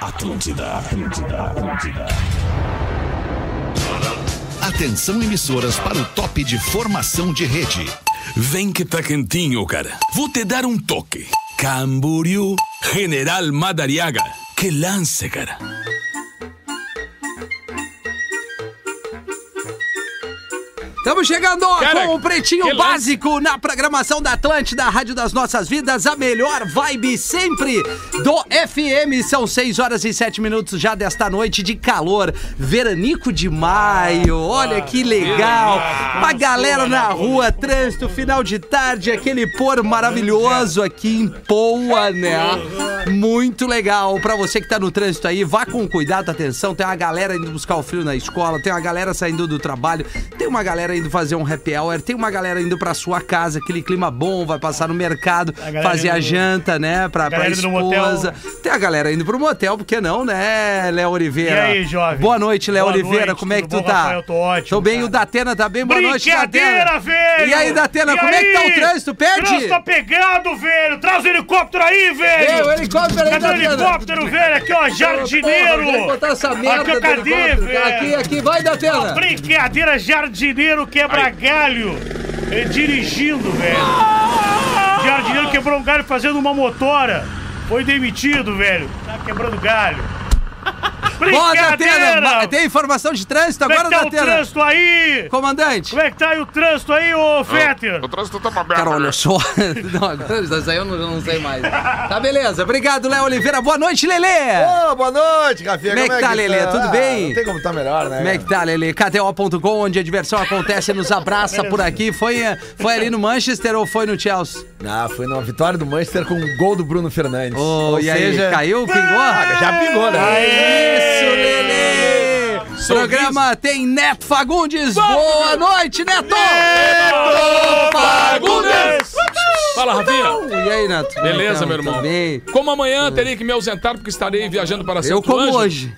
Atlântida, Atlântida, Atlântida. Atenção emissoras para o top de formação de rede. Vem que tá quentinho, cara. Vou te dar um toque. Camboriú, General Madariaga. Que lance, cara. Estamos chegando Cara, com o Pretinho que lance. Básico na programação da Atlântida, a Rádio das Nossas Vidas, a melhor vibe sempre do FM. São 6 horas e 7 minutos já desta noite de calor, veranico de maio. Olha que legal! Uma galera na rua, trânsito, final de tarde, aquele pôr maravilhoso aqui em Poa, né? Muito legal. Pra você que tá no trânsito aí, vá com cuidado, atenção. Tem uma galera indo buscar o frio na escola, tem uma galera saindo do trabalho, tem uma galera indo fazer um happy hour, tem uma galera indo pra sua casa, aquele clima bom, vai passar no mercado, galera fazer a indo- janta, né? Pra, pra galera indo no motel. esposa. Tem a galera indo pro motel, porque não, né, Léo Oliveira? E aí, jovem? Boa noite, Léo Boa Oliveira. noite, Como é que tudo tu bom, tá? Rafael? Tô ótimo, Tô bem, cara. o Datena tá bem. Boa noite, Brincadeira, Datena. velho! E aí, Datena, E como é que tá aí? o trânsito? Pede! Trânsito tá pegado, velho! Traz o helicóptero aí, velho! Ei, o helicóptero aí, Cadê o Datena? helicóptero, velho? Aqui, ó, jardineiro! Vamos botar essa merda aqui, é do cadê, helicóptero, cara? Aqui, velho? aqui, vai, Datena. Brincadeira, jardineiro quebra galho! eh, dirigindo, velho! Jardineiro quebrou um galho fazendo uma motora! Foi demitido, velho! Tá quebrando galho! Boa, Datena. Brincadeira! Ma- Tem informação de trânsito Como é agora, que tá o Datena? trânsito aí? Comandante. Como é que tá aí o trânsito aí, ô Fetter? O trânsito tá uma merda. Cara, olha velho. só. Não, agora isso aí eu não, eu não sei mais. Tá, beleza. Obrigado, Léo Oliveira. Boa noite, Lelê. Ô, boa noite, Rafinha. Como é que tá, Lelê? Tudo Ah, bem? Não tem como tá melhor, né? Como é que tá, Lelê? KTO.com, onde a diversão acontece, nos abraça por aqui. Foi, foi ali no Manchester ou foi no Chelsea? Ah, foi numa vitória do Manchester com um gol do Bruno Fernandes. Oh, Ou e aí, seja, caiu, pingou? Já pingou, né? Isso, Lelê! Programa tem Neto Fagundes. Boa noite, Neto! Fagundes! Fala, Rafinha! E aí, Neto? Beleza, Então, meu irmão. tudo bem? Como amanhã terei que me ausentar porque estarei viajando para Eu Santo como Ângelo, hoje.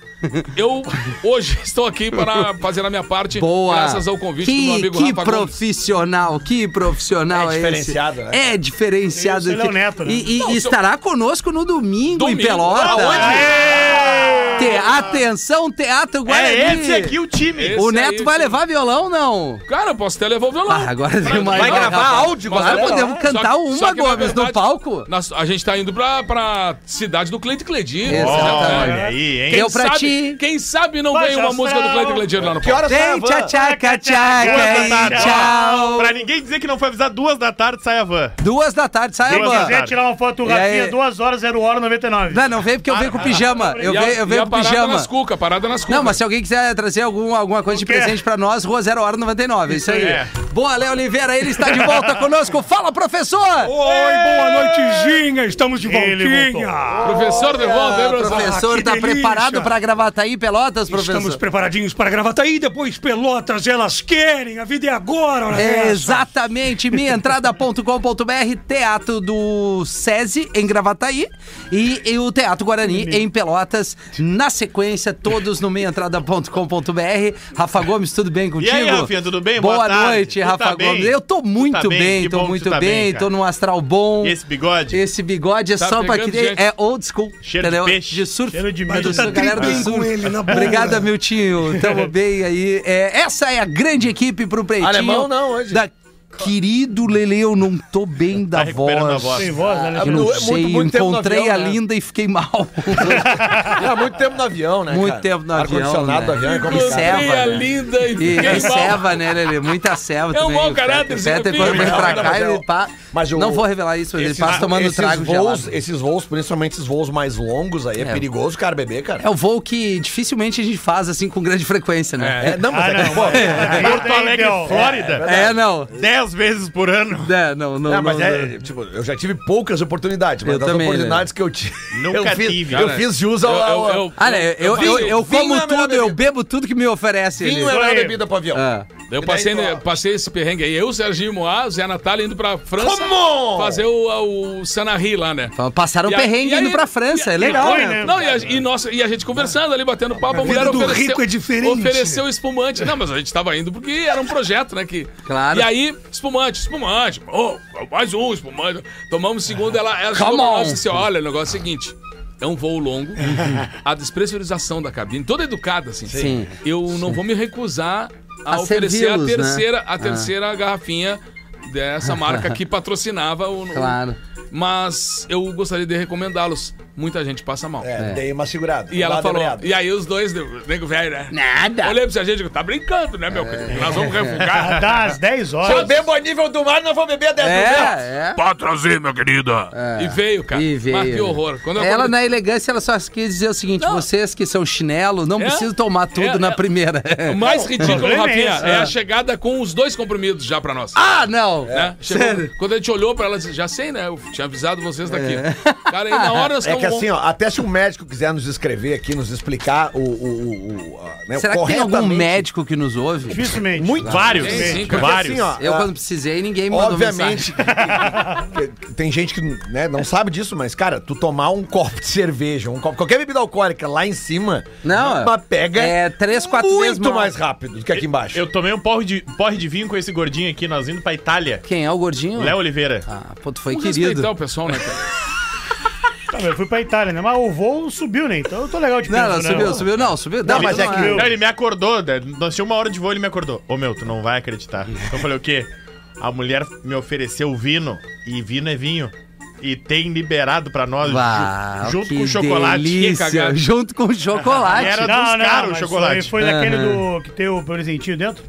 Eu hoje estou aqui para fazer a minha parte Boa. graças ao convite que, do meu amigo que Rafa Gomes. profissional, que profissional é, É diferenciado, esse? né? É diferenciado. Ele é o Neto, né? E, e- Não, e seu- estará conosco no domingo, em Domingo. Ah! Pelota. Aonde? Te- atenção, Teatro Guarani. o time. É Esse o aí, Neto vai esse- levar violão, não? Cara, eu posso até levar o violão. Ah, agora tem uma... Vai gravar rapaz. áudio, Nós Claro, galera? podemos cantar Só que- uma, só que, na Gomes, no verdade, palco. nós- a gente tá indo pra, pra cidade do Cleito Cledir. Exatamente. Olha aí, hein? Eu pra sabe, ti. Quem sabe não Baixa ganha uma astral. música do Cleito Cledir lá no Que palco. horas tá a Tem van? tchaca, tchaca e tchau. Pra ninguém dizer que não foi avisar, duas da tarde sai a van. Duas da tarde, sai, Duas da mano. tarde. uma foto E aí? 2 horas, 0 hora 99. Não, é não vem porque eu venho com pijama. Eu e a, venho, eu e venho a com parada pijama. nas cuca, parada nas cuca. Não, mas se alguém quiser trazer algum, alguma coisa de quê? presente pra nós, Rua 0 Hora 99. É isso aí. É. Boa, Léo Oliveira, ele está de volta conosco. Fala, professor! Oi, boa noitezinha, estamos de Ele voltinha. Professor de volta, hein, O professor? professor que tá delícia. preparado pra Gravataí, Pelotas, professor? Estamos preparadinhos para gravar. Tá aí, depois pelotas, elas querem, a vida é agora, hora É, dessa. Exatamente, minhaentrada.com.br, Teatro do SESI em Gravataí e, e o Teatro Uhum. Guarani em Pelotas. Na sequência, todos no minhaentrada.com.br. Rafa Gomes, tudo bem contigo? aí, Rafinha, tudo bem? Boa, Boa tarde. noite, Tu Rafa tá bem? Gomes. Eu tô Tu muito tá bem? bem, Que tô bom que muito tu tá bem, bem, cara. tô num astral bom. E esse bigode? Esse bigode é Tá só pra pegando, que gente. é old school, Cheiro de peixe. De surf. Cheiro de Mas milho. do sul, Tá galera do bem sul. com ele na boa. Obrigado, Amiltinho. Tamo bem aí. É, essa é a grande equipe pro Pretinho. Alemão não, hoje. Da... Querido Lele, eu não tô bem da Tá recuperando a voz. voz. né, Eu não É Muito- sei, muito tempo no encontrei avião, a né? linda e fiquei mal. Há muito tempo no avião, né? Muito cara? tempo no avião, né? Ar-condicionado do avião é Encontrei complicado. Serva, Cria né? linda e E, fiquei e mal. ceva, né, Lele? Muita ceva É um também. mau o Feta. caráterzinho O Feta, que quando fica. vem pra Não, cá, mas ele eu- pá. mas eu- Não vou revelar isso, ele Esses- passa tomando esses trago gelado. voos, Esses voos, principalmente esses voos mais longos aí, é, perigoso, cara, beber, cara. É o voo que dificilmente a gente faz assim com grande frequência, né? É, não, mas Ah, é não, que, pô, mas- Porto Alegre, Flórida, É, não. dez vezes por ano. É, não, não. Não, mas não, é, tipo, eu já tive poucas oportunidades, mas Eu das também, né? oportunidades que eu tive. Nunca eu fiz, tive. Eu Cara, fiz jus ao. ao- eu- Ah, né, eu, eu, eu, Vinho como é a melhor tudo, eu bebida. bebo tudo que me oferece. Vinho Lelê. é a melhor Isso aí. bebida pro avião. Ah. Eu passei, E daí, né, passei esse perrengue aí. Eu, Serginho Moá, Zé Natália indo pra França Como? fazer o, o Sanarri lá, né? Então, Passaram E aí- perrengue e aí- indo pra França, e- é legal, foi, né? né? Não, e a, e nossa, e a gente conversando ali, batendo papo, a, vida mulher do ofereceu, rico é diferente. ofereceu espumante. Não, mas a gente tava indo porque era um projeto, né? Que, Claro. E aí, espumante, espumante. Oh, mais um espumante. Tomamos o segundo, ela, Come ela chegou pra on. nós e disse, olha, o negócio é o seguinte. É um voo longo. a despressurização da cabine, toda educada, assim. Sim. Eu não vou me recusar a, A oferecer a servi-los, né? terceira, Ah. a terceira garrafinha dessa marca que patrocinava o. Claro. Mas eu gostaria de recomendá-los. Muita gente passa mal. É, dei uma segurada. E ela Lá falou. debreado. E aí os dois, deu- nego velho, né? Nada. Olhei pra esse agente e digo, tá brincando, né, meu querido? Nós vamos refugar. Dá às 10 Se eu horas. bebo a nível do mar, não vou beber a 10 do céu. É, é. Pode trazer, minha querida. E veio, cara. E veio. Mas que horror. Quando eu Ela, acordei- na elegância, ela só quis dizer o seguinte: Não. vocês que são chinelo, não É. precisam tomar tudo É, na é. primeira. O mais ridículo, problema é Rafinha, esse, é, é. a chegada com os dois comprimidos já pra nós. ah, não! Né? Chegou- Sério? Quando a gente olhou pra ela, disse, já sei, né? Eu tinha avisado vocês daqui. Cara, e na hora nós É que tamo- assim, ó, até se um médico quiser nos escrever aqui, nos explicar o. o, o, o a- né, Será que tem algum corretamente- médico que nos ouve? Dificilmente. Muito Vários. Tem sim, Porque cara. Vários. assim, ó. Eu, ah, quando precisei, ninguém me mandou Obviamente, mensagem. que- que- que tem gente que né, não sabe disso, mas, cara, tu tomar um copo de cerveja, um copo, qualquer bebida alcoólica lá em cima, Não, uma pega é três, quatro muito vezes mais. mais rápido do que aqui embaixo. Eu tomei um porre de, porre de vinho com esse gordinho aqui, nós indo pra Itália. Quem é o gordinho? Léo Oliveira. Ah, pô, tu foi Vamos querido. respeitar o pessoal, né, cara? Tá, mas eu fui pra Itália, né? Mas o voo subiu, né? Então eu tô legal de Não, peso, não, né? subiu, subiu, não, subiu. Não, mas é que- Não, ele me acordou, né? nós tínhamos uma hora de voo, ele me acordou. Ô meu, tu não vai acreditar. Eu falei, o quê? A mulher me ofereceu vino, e vino é vinho. E tem liberado pra nós, ju- Uau, junto que com o chocolate. delícia, Que cagada. Junto com o chocolate. Era Não, não, dos caros o mas chocolate. aí Foi daquele do que tem o presentinho dentro?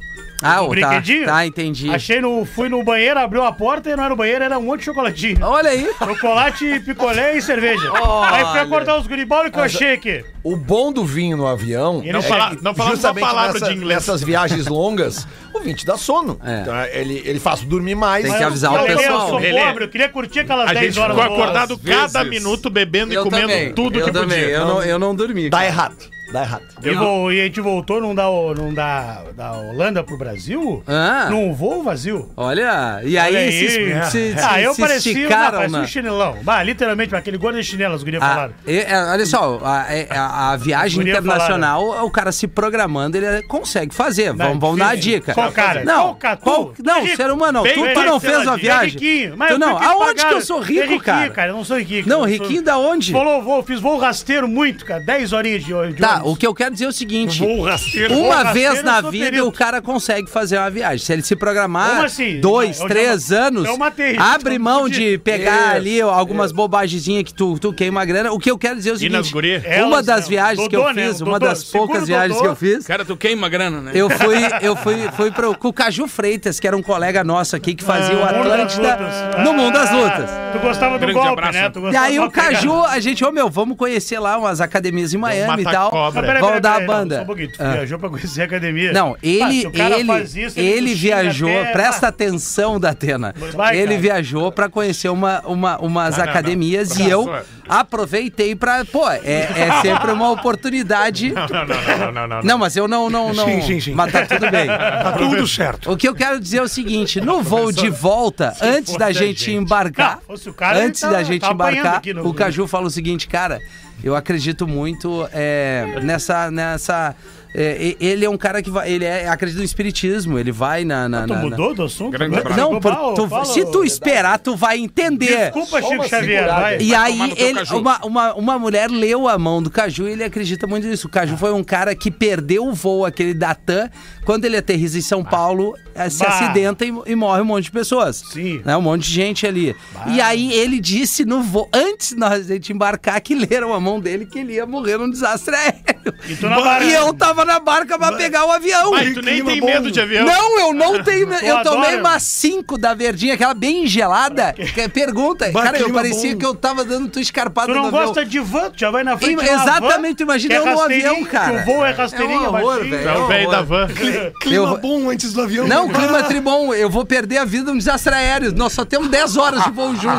ah, o o tá, brinquedinho? tá, entendi. Achei no. Fui no banheiro, abriu a porta e não era o banheiro, era um monte de chocolatinho. Olha aí. Chocolate, picolé e cerveja. Olha. Aí fui acordar os guribolos que eu achei aqui. O bom do vinho no avião. E Não, É, fala, não falamos uma justamente palavra nessa- de inglês. Nessas viagens longas, o vinho dá sono. É. Então, ele, ele faz tu dormir mais. Tem Mas que eu- avisar o eu também, pessoal. Eu sou Ele- pobre, eu queria curtir aquelas A 10 gente horas ficou do voo. acordado cada vezes. minuto, bebendo e comendo tudo eu que também, podia. Eu não, eu não dormi. Dá cara. Tá errado. Dá errado. E, vo- e a gente voltou num da, não da, da Holanda pro Brasil? Ah. Num voo vazio. Olha, e aí, Olha se, aí. se, se, ah, eu se parecia, esticaram, não, parecia um né? chinelão. Bah, literalmente, mas aquele gordo de chinelo, os gurias Ah, falaram. e- é, olha só, a, é- a- a viagem Guria internacional, o cara se programando, ele consegue fazer. Vamos, vamos dar a dica. Qual cara? Não, Qual cara? qual- Tu? não Rico. ser humano, não. Bem tu, tu merecido, não fez uma Ladinho. É viagem. riquinho, mas tu não, eu tive aonde pagar. que eu sou rico, É riquinho, cara? eu não sou rico. Não, eu riquinho sou... da onde? Falou, voo, fiz voo rasteiro muito, cara. 10 horinhas de, de Tá, ônibus. o que eu quero dizer é o seguinte. Voo rasteiro. Uma Porra, vez eu na sou vida perito. o cara consegue fazer uma viagem. Se ele se Como programar assim? dois, Eu já- três eu anos, matei. abre mão de Fudido. pegar ali ó, algumas bobagezinhas que tu, tu queima a grana. O que eu quero dizer é o seguinte: nas guri? uma Elas, das né? viagens que eu Dodô, né? fiz, O uma Dodô. das Segura o poucas viagens que Dodô. eu fiz. Cara, tu queima grana, né? Eu fui, eu fui, fui pro, com o Caju Freitas, que era um colega nosso aqui que fazia o É, Mundo das Atlântida Lutas. no mundo das lutas. Tu gostava do Grande golpe, abraço. né? Tu E gostava aí do o golpe, né, cara? Caju, a gente, ô meu, vamos conhecer lá umas academias em Miami e mata tal. cobra. Mas peraí, Vamos peraí, dar a peraí, banda. Só um pouquinho, tu Ah. viajou pra conhecer a academia? Não, Ah, ele, se o cara ele, faz isso, ele te xinga viajou, até- presta atenção, Datena. Vai, ele cara. viajou pra conhecer uma, uma, umas não, não. academias e eu aproveitei pra. pô, é, é sempre uma oportunidade. Não, Não, não, não, não, não, não. mas eu não, não, não. Sim, sim, sim. Mas tá tudo bem. Tá tudo certo. O que eu quero dizer é o seguinte: no voo de volta, antes da gente, embarcar, Não, fosse o cara, ele antes tá- da gente tá apanhando embarcar, aqui no- o Caju fala o seguinte, cara, eu acredito muito é, nessa nessa é, e- ele é um cara que vai, ele é, acredita no espiritismo, ele vai na, na, Tu na- na- mudou do assunto? Grande agora? abraço. não, Ficou por- mal? tu- Fala, se tu esperar, tu vai entender. Desculpa, Só Chico uma Xavier, segurada vai. E tomar aí, no teu ele, caju. uma, uma, uma mulher leu a mão do Caju e ele acredita muito nisso. O Caju foi um cara que perdeu o voo, aquele da TAM. Quando ele aterriza em São Paulo, eh, se Bah. acidenta e, e morre um monte de pessoas. Sim. Né, um monte de gente ali. E aí ele disse no voo, antes de nós gente embarcar, que leram a mão dele que ele ia morrer num desastre aéreo. E tu na barca. E eu tava na barca pra pegar o avião. Mas tu nem tem medo de avião. Não, eu não tenho. medo. Eu adoro. tomei umas cinco da verdinha, aquela bem gelada. Que- é Pergunta. Bah, Cara, eu clima parecia bom. que eu tava dando tu escarpada Tu não no avião. gosta de van, tu já vai na frente Ima- de uma van, exatamente, tu imagina que é eu no rasteirinha, avião, cara. que O voo é É um rasteirinha, horror, baixinho. velho. É o velho da van. Clima Eu- bom antes do avião. Não, clima tribom. Eu vou perder a vida num desastre aéreo. Nós só temos 10 horas de voo junto.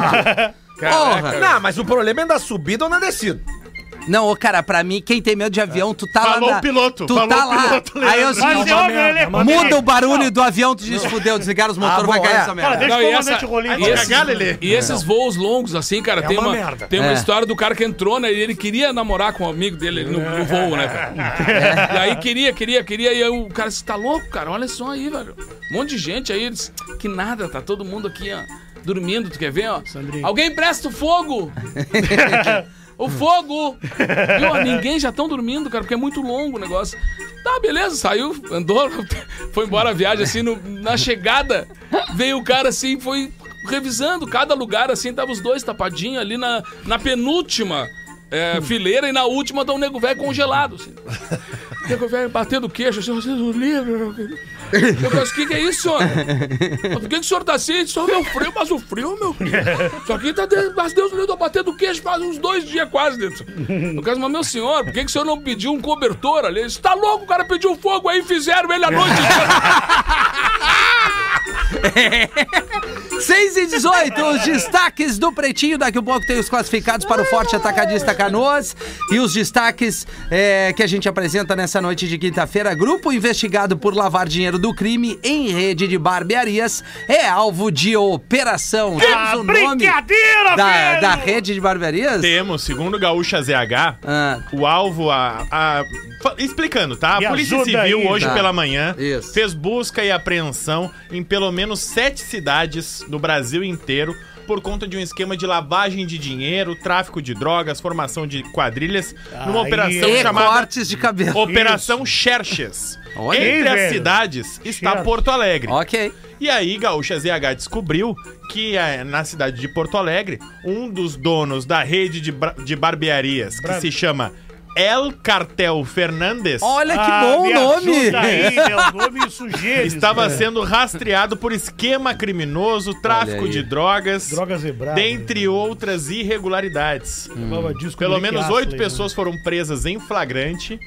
Porra! Não, mas o problema é na subida ou na descida. Não, ô, cara, pra mim, quem tem medo de avião, tu tá lá Falou na... o piloto, Tu falou tá o lá. piloto, Aí eu Leandro. Mas assim, é uma óbvio, merda, ele é uma contra- muda o barulho do avião, tu diz, fudeu, desligaram os motores, bom, vai cair é. essa Cara, merda. deixa o Não, e essa- comandante rolinho. e esse- Cagar, Lelê. E esses voos longos, assim, cara, tem, É. uma uma, merda. tem uma É. história do cara que entrou, né? E ele queria namorar com um amigo dele no, no voo, né? cara? E aí queria, queria, queria. E aí o cara disse, tá louco, cara? Olha só aí, velho. Um monte de gente aí. Ele disse, que nada, tá todo mundo aqui, ó. Dormindo, tu quer ver, ó? Alguém presta o fogo! Ô fogo! e, ó, ninguém já estão dormindo, cara, porque é muito longo o negócio. Tá, beleza, saiu, andou, foi embora a viagem, assim, no- na chegada, veio o cara, assim, foi revisando cada lugar, assim, tava os dois tapadinhos ali na, na penúltima é, fileira e na última tá o nego velho congelado, assim. O nego velho batendo o queixo, assim, vocês não livro, eu penso, o que, que é isso, senhor? Mas Por que, que o senhor tá assim? Só meu frio, mas o frio, meu. Isso aqui tá. De... Mas Deus me livre, eu batendo o queixo faz uns dois dias quase dentro. Eu caso, mas meu senhor, por que, que o senhor não pediu um cobertor ali? Ele disse, tá louco, o cara pediu fogo aí, fizeram ele a noite inteira. 6 e 18, os destaques do Pretinho. Daqui a pouco tem os classificados para o Forte Atacadista Canoas. E os destaques eh, que a gente apresenta nessa noite de quinta-feira. Grupo investigado por lavar dinheiro do crime em rede de barbearias é alvo de operação. Temos o nome Tá brincadeira, da, velho! da rede de barbearias? Temos, segundo Gaúcha ZH, Ah. o alvo a. a- fa- explicando, tá? A Me Polícia ajuda Civil, aí. hoje Tá. pela manhã, Isso. fez busca e apreensão em pelo menos sete cidades do Brasil inteiro por conta de um esquema de lavagem de dinheiro, tráfico de drogas, formação de quadrilhas, numa Aí. operação e chamada é cortes de cabelo. Operação Xerxes. Olha aí, Entre as velho. cidades está Xerxes. Porto Alegre. Ok. E aí, Gaúcha ZH descobriu que eh, na cidade de Porto Alegre, um dos donos da rede de, bra- de barbearias, que Bra- se chama El Cartel Fernandes, Olha que Ah, bom me o nome. ajuda Aí, meu nome sugere. estava velho. sendo rastreado por esquema criminoso, tráfico aí. de drogas, é. Droga zebrada. dentre outras irregularidades. Chamava disco Pelo Nick menos Astley, oito né? pessoas foram presas em flagrante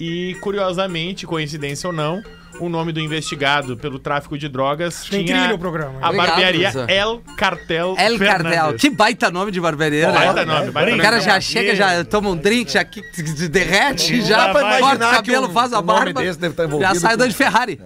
e, curiosamente, coincidência ou não, o nome do investigado pelo tráfico de drogas que tinha trilha o programa. a Obrigado, barbearia Zé. El Cartel El Cardel. Que baita nome de barbearia, né? Baita nome, baita O nome. cara já chega, já toma um drink, já que- que- que derrete, já dá pra corta o imaginar cabelo, que um- faz a um nome barba. desse deve estar já envolvido sai com- dando de Ferrari.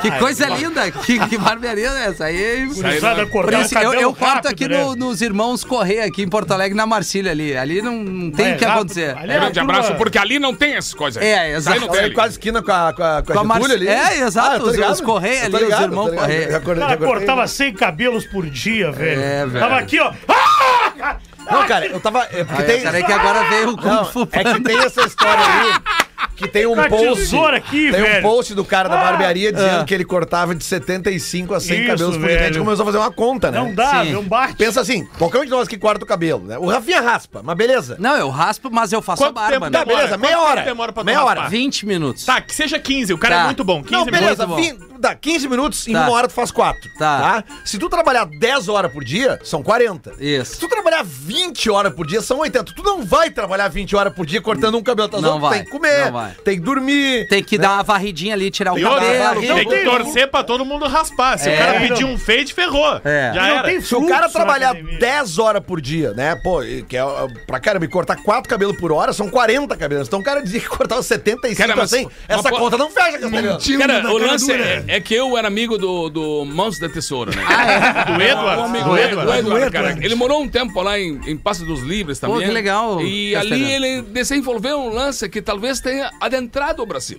que coisa linda! Que, que barbearia é essa aí? né? Cruzada, Por cortar o isso, eu, cabelo eu corto rápido, aqui né? no- nos irmãos Correia, aqui em Porto Alegre, na Marsília ali. Ali não, não tem o Vai, que rápido. acontecer. Ali é Grande uma turma- abraço, porque ali não tem essas coisas. É, exato. Aí não tem Ela é ali. quase esquina com a, com a, com a Com a Mar- Getúlio ali. É, exato, eu tô os- ligado, os Correia eu tô ali, os ligado, irmão eu tô ligado. Correia. Já acordei, O cara já cortei. cortava 100 cabelos por dia, velho. É, velho. Tava aqui, ó. Ah! Não, cara, eu tava. É porque Aí, tem. Peraí que agora veio o Kung Não, Fu é que Panda. tem essa história ali. Que tem um Com a post. tesoura aqui, tem velho. um post do cara da barbearia dizendo Ah. que ele cortava de 75 a 100 Isso, cabelos por dia. A gente velho. começou a fazer uma conta, né? Não dá, Sim. não bate. Pensa assim, qualquer um de nós que corta o cabelo, né? O Rafinha raspa, mas beleza. Não, eu raspo, mas eu faço a Quanto barba, tempo né? Tá, beleza, Quanto meia tempo hora. demora pra tu meia raspar? hora. 20 minutos. Tá, que seja 15, o cara Tá. é muito bom. 15 Não, minutos. beleza, bom. vin- dá 15 minutos, em Tá. uma hora tu faz 4. Tá. Se tu trabalhar 10 horas por dia, são 40. Isso. Se tu trabalhar 20 horas por dia, são 80. Tu não vai trabalhar 20 horas por dia cortando um cabelo atrás do Não outro. vai, Tem que comer, não vai. tem que dormir. Tem que dar uma varridinha ali, tirar o E outra, cabelo. varrida. tem que torcer pra todo mundo raspar. Se É. o cara pedir um fade, ferrou. É. Já Não era. tem Se o cara fluxo na trabalhar academia. 10 horas por dia, né? Pô, e que é ó, pra caramba, e cortar 4 cabelos por hora, são 40 cabelos. Então o cara dizia que cortava 75 Cara, mas- assim. mas Essa pô- conta não fecha, Castelhano. Cara, o lance é, é que eu era amigo do, do Mãos da Tesoura, né? Ah, É. Do Um Edward? amigo Do meu, Edward. o Eduardo, cara. Ele morou um tempo lá em, em Passo dos Livres também. que legal, E Castelhano. ali ele desenvolveu um lance que talvez tenha adentrado o Brasil.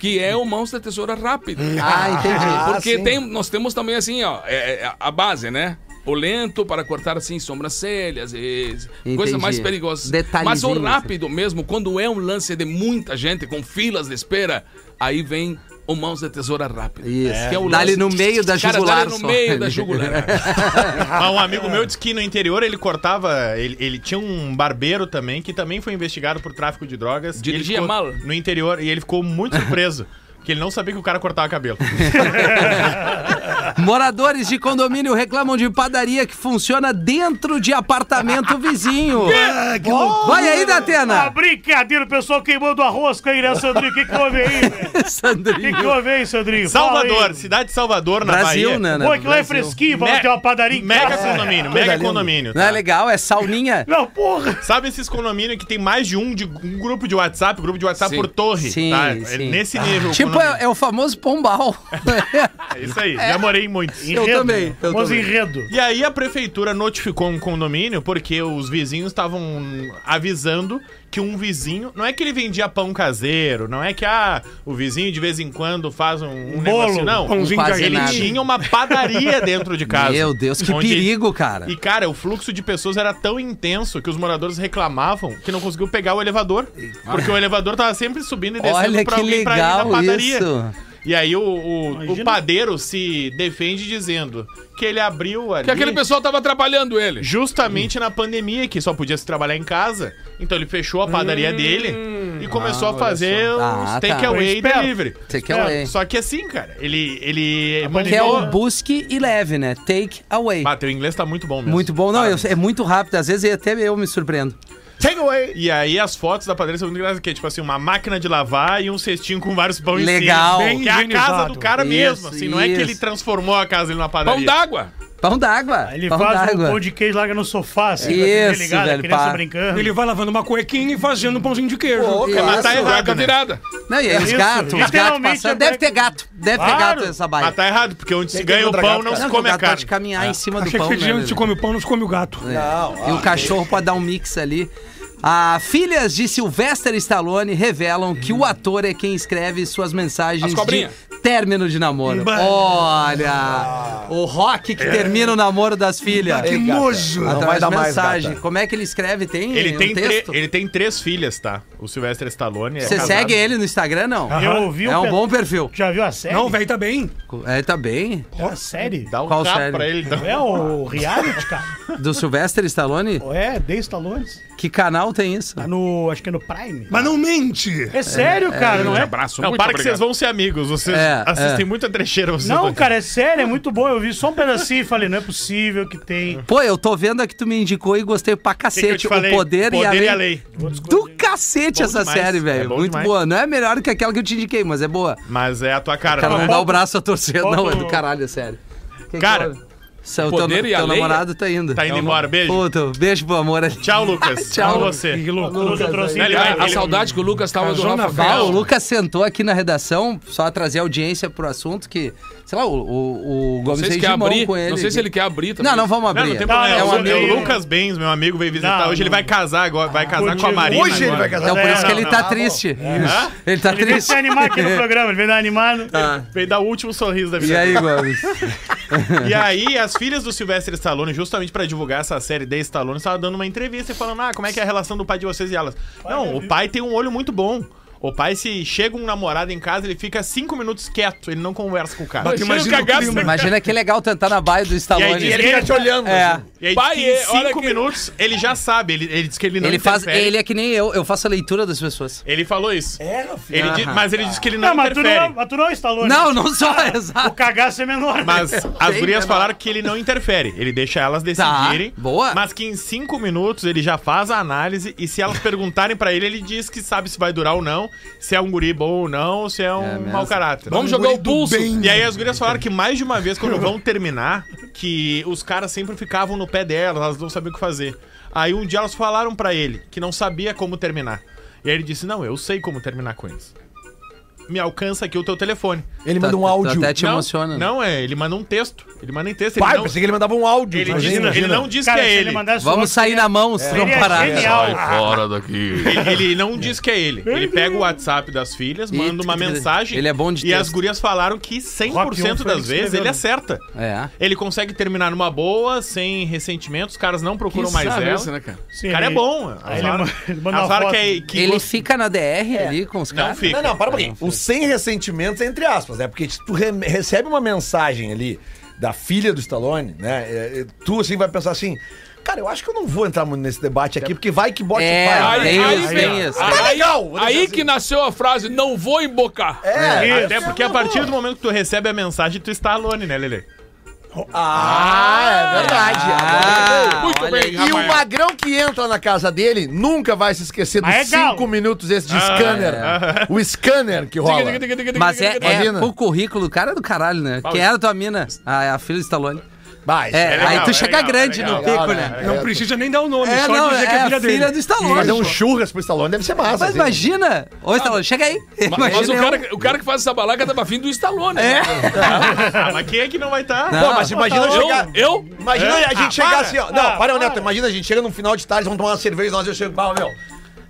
Que é o mãos da tesoura rápida. Ah, entendi. Porque sim. tem, nós temos também assim, ó, é- é a base, né? O lento para cortar assim sobrancelhas, e coisa mais perigosa. Mas o Detalhezinho, assim. rápido mesmo, quando é um lance de muita gente com filas de espera, aí vem o mãos da tesoura rápida. Isso. Que é o Dá ali lance- no meio da Cara, jugular Dá ali só. no meio da jugular. Ah, um amigo meu disse que no interior ele cortava. Ele, ele tinha um barbeiro também, que também foi investigado por tráfico de drogas. e ele Dirigia ficou mal. No interior, e ele ficou muito surpreso. Que ele não sabia que o cara cortava cabelo. Moradores de condomínio reclamam de padaria que funciona dentro de apartamento vizinho. Vai aí, Ah, Datena! brincadeira, o pessoal queimando a rosca aí, né, Sandrinho? O que, que houve aí, velho? O que, que Sandrinho. houve aí, Sandrinho? Fala aí. Salvador, cidade de Salvador, na Brasil, Bahia. né? né? Pô, que lá é Brasil. fresquinho pra Me- ter uma padaria em Mega casa. condomínio, mega condomínio. Não é legal? É sauninha? Não, porra. Sabe esses condomínios que tem mais de um, de um grupo de WhatsApp, grupo de WhatsApp Sim. por torre? Sim, tá? É sim. Nesse nível. o Tipo, condomínio. é, é o famoso pombal. É isso aí, já morei tem muitos. Enredo. também, eu Famoso também. enredo. E aí a prefeitura notificou um condomínio porque os vizinhos estavam avisando que um vizinho. Não é que ele vendia pão caseiro, não é que ah, o vizinho de vez em quando faz um, um Bolo, negocinho, não. pãozinho Não faz Ele nada. tinha uma padaria dentro de casa. Meu Deus, que Onde- perigo, cara. E, cara, o fluxo de pessoas era tão intenso que os moradores reclamavam que não conseguiu pegar o elevador. Porque o elevador tava sempre subindo e descendo ah. Olha pra que alguém pra ir legal na padaria. isso. E aí o, o, Imagina. o padeiro se defende dizendo que ele abriu ali Porque aquele pessoal tava atrapalhando ele. justamente na pandemia, que só podia se trabalhar em casa. Então ele fechou a padaria dele e começou a fazer só. os Ah, tá. Foi takeaway e esperto. delivery. Takeaway. Só que assim, cara, ele... ele Que é o manipulou- busque e leve, né? Take away. Ah, teu inglês tá muito bom mesmo. Muito bom. Não, eu- Parabéns. é muito rápido. Às vezes até eu me surpreendo. Take away. E aí as fotos da padaria são muito engraçadas, que é tipo assim, uma máquina de lavar e um cestinho com vários pão em cima. Legal. Que é a casa do cara Isso, mesmo, assim, não é que isso. ele transformou a casa dele numa Pão padaria. d'água. Pão d'água. Aí Ele pão faz um d'água. pão de queijo, larga no sofá, assim, com a TV Isso, ligada, velho, a criança pá. brincando. É. Ele vai lavando uma cuequinha e fazendo um pãozinho de queijo. Isso. Mas tá Cueca errado, né? virada. Não, e aí os Isso, gatos, os gatos literalmente passando. é Deve pra- ter gato. Deve ter Claro, gato essa Mas baia. tá erado, porque onde se Tem que ganha o contra pão, gato, não cara. se que o come a gato pode carne. caminhar em cima do Achei que pão, você dizia né? onde se velho? É. come o pão, não se come o gato. Não, ah. E o cachorro pode dar um mix ali. Ah, filhas de Sylvester Stallone revelam que o ator é quem escreve suas mensagens As de cobrinha. término de namoro. Bah. Olha! O rock que termina o namoro das filhas. Que nojo! Não Através vai dar de mais, mensagem. gata. Como é que ele escreve? Tem Ele um tem, tre- texto? ele tem três filhas, tá? O Sylvester Stallone é Você casado. segue ele no Instagram, não? Eu vi É o um pe- bom perfil. Já viu a série? Não, velho, tá bem. É, tá bem. A série? Dá um Qual tapa série? pra ele. Então. É o reality, cara. Do Sylvester Stallone? É, The Stallone. Que canal tem isso? Tá no, acho que é no Prime. Mas não mente! É sério, cara, não é? Abraço, Não, muito para um que obrigado. vocês vão ser amigos. Vocês É, assistem é. muita trecheira. Vocês Não, dois. cara, é sério, é muito bom. Eu vi só um pedacinho e falei, não é possível que tem. Pô, eu tô vendo aqui tu me indicou e gostei pra eu cacete. te falei? o poder, e, a Poder lei e a Lei. Do cacete Bom essa demais, série, é velho. bom Muito demais. boa. Não é melhor que aquela que eu te indiquei, mas é boa. Mas é a tua cara. Cara, Não, não dá o braço a torcer, bota não. É o- do caralho, é sério. Que que Cara, houve? Seu- teu Poder e a teu Lei namorado tá indo. Tá indo embora. Beijo. Puta, beijo pro amor ali. Tchau, Lucas. Tchau. você. Que louco. Quando eu trouxe Ele vai- Cara, a ele- saudade que o Lucas tava do Zona Rafa Val, Ah, o Cal. Lucas sentou aqui na redação, só trazer audiência pro assunto que, sei lá, o, o, o Não Gomes sei se fez quer de mão abrir. com ele. Não sei se ele quer abrir também. Não, não vamos Não, abrir. não tem Não, problema. é um o, amigo. o Lucas Benz, meu amigo, veio visitar. Não, hoje ele não. vai casar agora. Vai casar com a Contigo. Marina. Hoje ele agora. vai casar. né? Então por É, isso não, que ele não, tá não. triste. Hã? Ele tá Ele veio triste. se animar aqui no programa, ele veio dar animado. Tá. Veio dar o último sorriso da E vida. aí, Gomes? E aí, as filhas do Sylvester Stallone, justamente pra divulgar essa série de Stallone, estavam dando uma entrevista e falando: Ah, como é que é a relação do pai de vocês e elas? Não, o pai tem um olho muito bom. O pai, se chega um namorado em casa, ele fica cinco minutos quieto, ele não conversa com o cara. Mas tu imagina o cagaço, clima. né? Imagina que é legal tentar na baia do E aí Stallone. diz Ele fica te olhando. É. assim. E aí, Pai, em é, olha cinco que- minutos, ele já sabe, ele, ele diz que ele não Ele faz, interfere. ele é que nem eu, eu faço a leitura das pessoas. Ele falou isso. Ele di- Aham. mas ele disse que ele não, Não, mas tu interfere. não, mas tu não é Stallone. Não, não só, O exato. cagaço é menor. Mas as Bem gurias menor. falaram que ele não interfere. Ele deixa elas decidirem. boa. Mas que em cinco minutos ele já faz a análise e se elas perguntarem pra ele, ele diz que sabe se vai durar ou não, se é um guri bom ou não, ou se é É um mesmo. mau caráter. Vamos jogar o do pulso. bem. E aí as gurias falaram que mais de uma vez, quando vão terminar, que os caras sempre ficavam no pé delas, elas não sabiam o que fazer. Aí um dia elas falaram pra ele que não sabia como terminar. E aí ele disse, não, eu sei como terminar com eles. Me alcança aqui o teu telefone. Ele Tá- manda um tá- áudio. até te emociona. né? Não, é, ele manda um texto. Ele manda em texto. Ele Pai, não, pensei que ele mandava um áudio. ele, diz- Imagina, ele imagina. não diz que Cara, é se ele. mandasse Vamos outro, né? sair na mão, se não seria parar. genial. Ah. Fora daqui. Ele, ele não diz que é ele. Ele pega o WhatsApp das filhas, E- manda uma mensagem. ele é bom de E as texto. gurias falaram que Rock 1 foi 100% ele das que vezes escreveu, ele né? acerta. É. Ele consegue terminar numa boa, sem ressentimento, os caras não procuram mais ela. né, cara? Sim, O cara é ele- bom. Aí ele azar. ma- ele manda uma Azar foto. que é que Ele gost- fica na DR ali com os Não caras. fica. Não, não, para um pouquinho. O sem ressentimentos, é entre aspas, né? Porque se tu re- recebe uma mensagem ali da filha do Stallone, né? é, é, Tu, assim, vai pensar assim, cara, eu acho que eu não vou entrar muito nesse debate aqui, porque vai que bote É, pai. aí- né? tem isso. Ah, Aí, Tá legal, vou aí deixar assim. que nasceu a frase, não vou embocar. É. Isso. Até porque a partir do momento que tu recebe a mensagem, tu está alone, né, Lele? Ah, é verdade. Agora eu Ah, entendi. Muito olha bem, aí. E o Rafael. magrão que entra na casa dele nunca vai se esquecer dos Mas é galo. cinco minutos esse de scanner. O scanner que rola. Diga, diga, diga, diga, Mas é, diga, diga. é Imagina. o currículo, o cara é do caralho, né? Quem era tua mina? Ah, é a filha do Stallone. Mas, É, legal, aí tu é chega legal, grande é no legal, pico, né? né? Não precisa nem dar o nome, É, só não, dizer é que é a filha dele. filha do Stallone. Fazer um churras pro Stallone deve ser massa. Mas assim. imagina! Ô, Stallone, chega aí. Mas, Imagina o, eu- É? cara, o cara que faz essa balaca tá afim do Stallone. né? Ah, mas quem é que não vai estar? Não. Pô, mas imagina Eu, chegar... eu, Imagina É? a gente Ah, chegar para. assim, ó. Não, para, ô, Neto. Imagina a gente chega no final de tarde, vamos tomar uma cerveja e nós eu chego, pau, meu.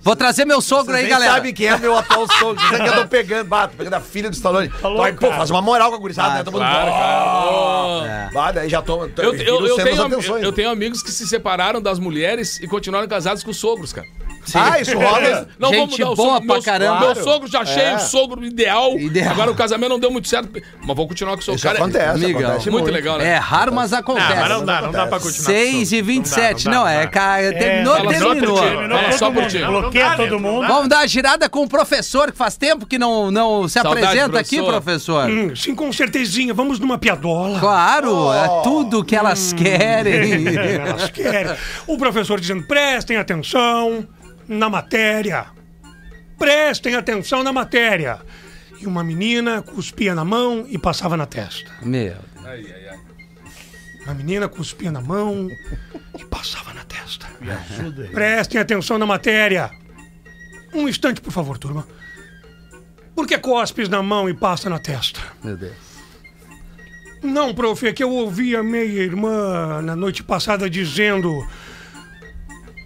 Vou trazer meu sogro aí, nem galera. sabe quem é meu atual sogro. Vocês que eu tô pegando, bato, pegando a filha do Stallone. Falou, Vai, pô, cara. faz uma moral com a gurizada, né? Todo mundo. Tá Ah, claro, "Ó". Bah, daí já toma. eu, eu- eu tenho, am- atenções. eu tenho amigos que se separaram das mulheres e continuaram casados com os sogros, cara. Ah, isso rola. Não Gente vamos dar o boa sogro. pra meu, caramba. Meu Claro. sogro já achei o sogro ideal. É. Ideal. Agora o casamento não deu muito certo. Mas vou continuar com o sogro. Isso acontece, Miguel, acontece muito legal, né? É raro, mas Ah, mas acontece. não dá, não dá pra continuar. 6 e 27. Não, é, cara, terminou, fala só terminou. por ti, Terminou Não, É, todo só por mundo. ti. Bloqueia Não dá, todo né? mundo. Vamos dar uma girada com o professor, que faz tempo que não, não se Saudade, apresenta aqui, professor. Hum, Sim, com certezinha. Vamos numa piadola. Claro, é tudo que elas querem. Elas querem. O professor dizendo: prestem atenção na matéria. Prestem atenção na matéria. E uma menina cuspia na mão e passava na testa. Meu. Uma menina cuspia na mão e passava na testa. Me ajuda aí. Prestem atenção na matéria. Um instante, por favor, turma. Por que cospes na mão e passa na testa? Meu Deus. Não, prof, é que eu ouvi a minha irmã na noite passada dizendo.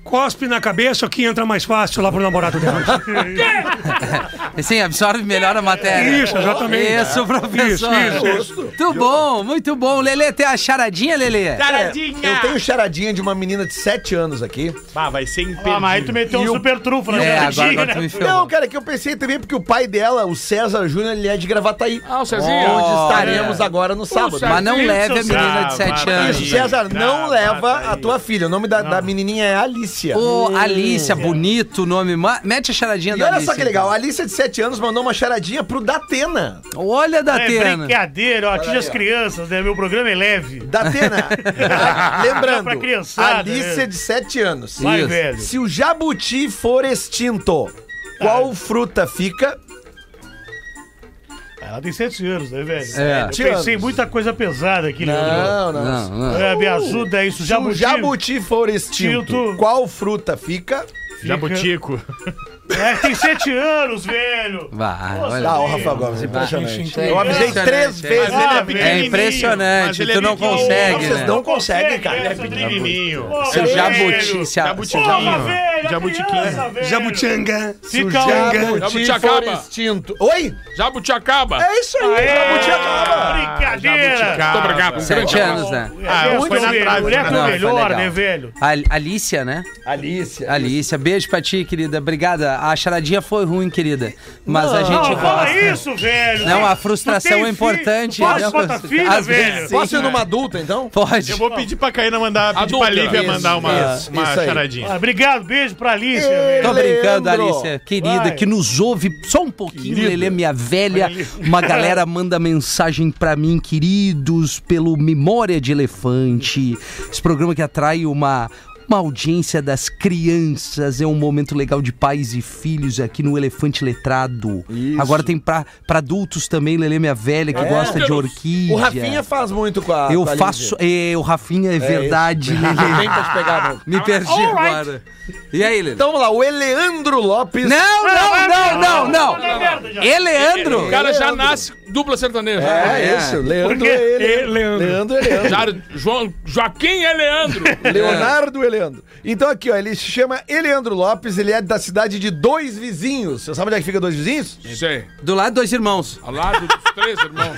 Cospe na cabeça que entra mais fácil lá pro namorado dela. Sim, absorve melhor a matéria. Isso, exatamente. Isso, professor. Isso, isso, Muito bom, muito bom. Lelê, tem a charadinha, Lelê? Tá, Taradinha! Eu tenho charadinha de uma menina de 7 anos aqui. Ah, vai ser imperdível. Ah, mas aí tu meteu E um o- super trunfo na É, agora, charadinha, agora tu né? me Não, ferrou. cara, é que eu pensei também, porque o pai dela, o César Júnior, ele é de Gravataí. Ah, o Cezinho. Onde Olha. estaremos agora no sábado. Mas não Isso, leve a menina de César. 7 Vai, anos. Isso, César, não Gravataí. leva a tua filha. O nome da, da menininha é Alicia. Ô, Alicia, bonito o nome. Ma- Mete a charadinha E da olha Alicia. só que legal, a então. Alicia de 7 anos mandou uma charadinha pro Datena. Olha, É Datena. brincadeira, ó. Atinge aí, as ó. crianças, né? Meu programa é leve. Datena. Ah, Lembrando, Pra criançada, Alicia né? de 7 anos. Vai, Isso. velho. Se o jabuti for extinto, Ah. qual fruta fica? Ela tem 7 anos, né, velho? É. Eu Sete pensei em anos. muita coisa pesada aqui, Leandro. Não, Não, é não. É, um me ajuda aí, isso Se o jabuti. jabuti for extinto, Extinto. qual fruta fica? fica- Jabutico. É, tem 7 anos, velho. Vai, Nossa, olha. Ah, o Rafa Gomes, impressionante. Ah, Eu avisei impressionante, três é. vezes. Mas ele é Ah, velho. É pequenininho. Mas impressionante, ele é tu não pequenininho. consegue, Vocês né? não conseguem, cara. Ele é Ele é Pequenininho. Se o Porra, jabuti velho. se a- Jabuti- se o Porra, Jabutiquinho. velho, Jabutiquinho. Jabuti. Jabutinga. Fica Jabuti Jabuti for acaba. tipo extinto. Tá Oi? Jabuti acaba. É isso aí, Jabuti acaba. Brincadeira. Muito obrigado. Um grande Sete abraço. anos, né? É, Ah, muito foi na melhor, trave, mulher né? que é Não, o foi melhor, legal. né, velho? A- Alicia, né? Alicia. Alicia, beijo pra ti, querida. Obrigada. A charadinha foi ruim, querida. Mas a gente Não, fala gosta. isso, velho. Não, a Tu frustração tem é importante, Filho, tu pode né? botar filho, Às velho. vezes, Posso ir numa adulta, então? Pode. Eu vou pedir pra Caína mandar, pedir Adulta. pra Lívia Isso, mandar uma, isso, uma isso aí. charadinha. Ah, obrigado, beijo pra Alicia, Tô velho. brincando, Leandro. Alicia, querida, Vai. que nos ouve só um pouquinho, Lelê, minha velha. Uma galera manda mensagem pra mim, queridos, pelo Memória de Elefante. Esse programa que atrai uma. Uma audiência das crianças, é um momento legal de pais e filhos aqui no Elefante Letrado. Agora tem pra, pra adultos também, Lelê, minha velha, que gosta de orquídea. É, O Rafinha faz muito com a. Eu com a faço. Lívia. É, o Rafinha é, verdade, isso. Lelê. Vem pra te pegar, meu. Me perdi agora. E aí, Lelê? Então vamos lá, o Eleandro Lopes. Não, não, não, é não, Tá não. merda já. Eleandro. O cara já Leandro. nasce dupla sertaneja. É, É. isso, Leandro Porque- é ele. E Leandro. Leandro é Leandro. Já, João, Joaquim é Leandro. Leonardo Eleandro. Então aqui, ó, ele se chama Eleandro Lopes, ele é da cidade de Dois Vizinhos. Você sabe onde é que fica Dois Vizinhos? Isso aí. Do lado, dois irmãos. Ao lado dos três irmãos.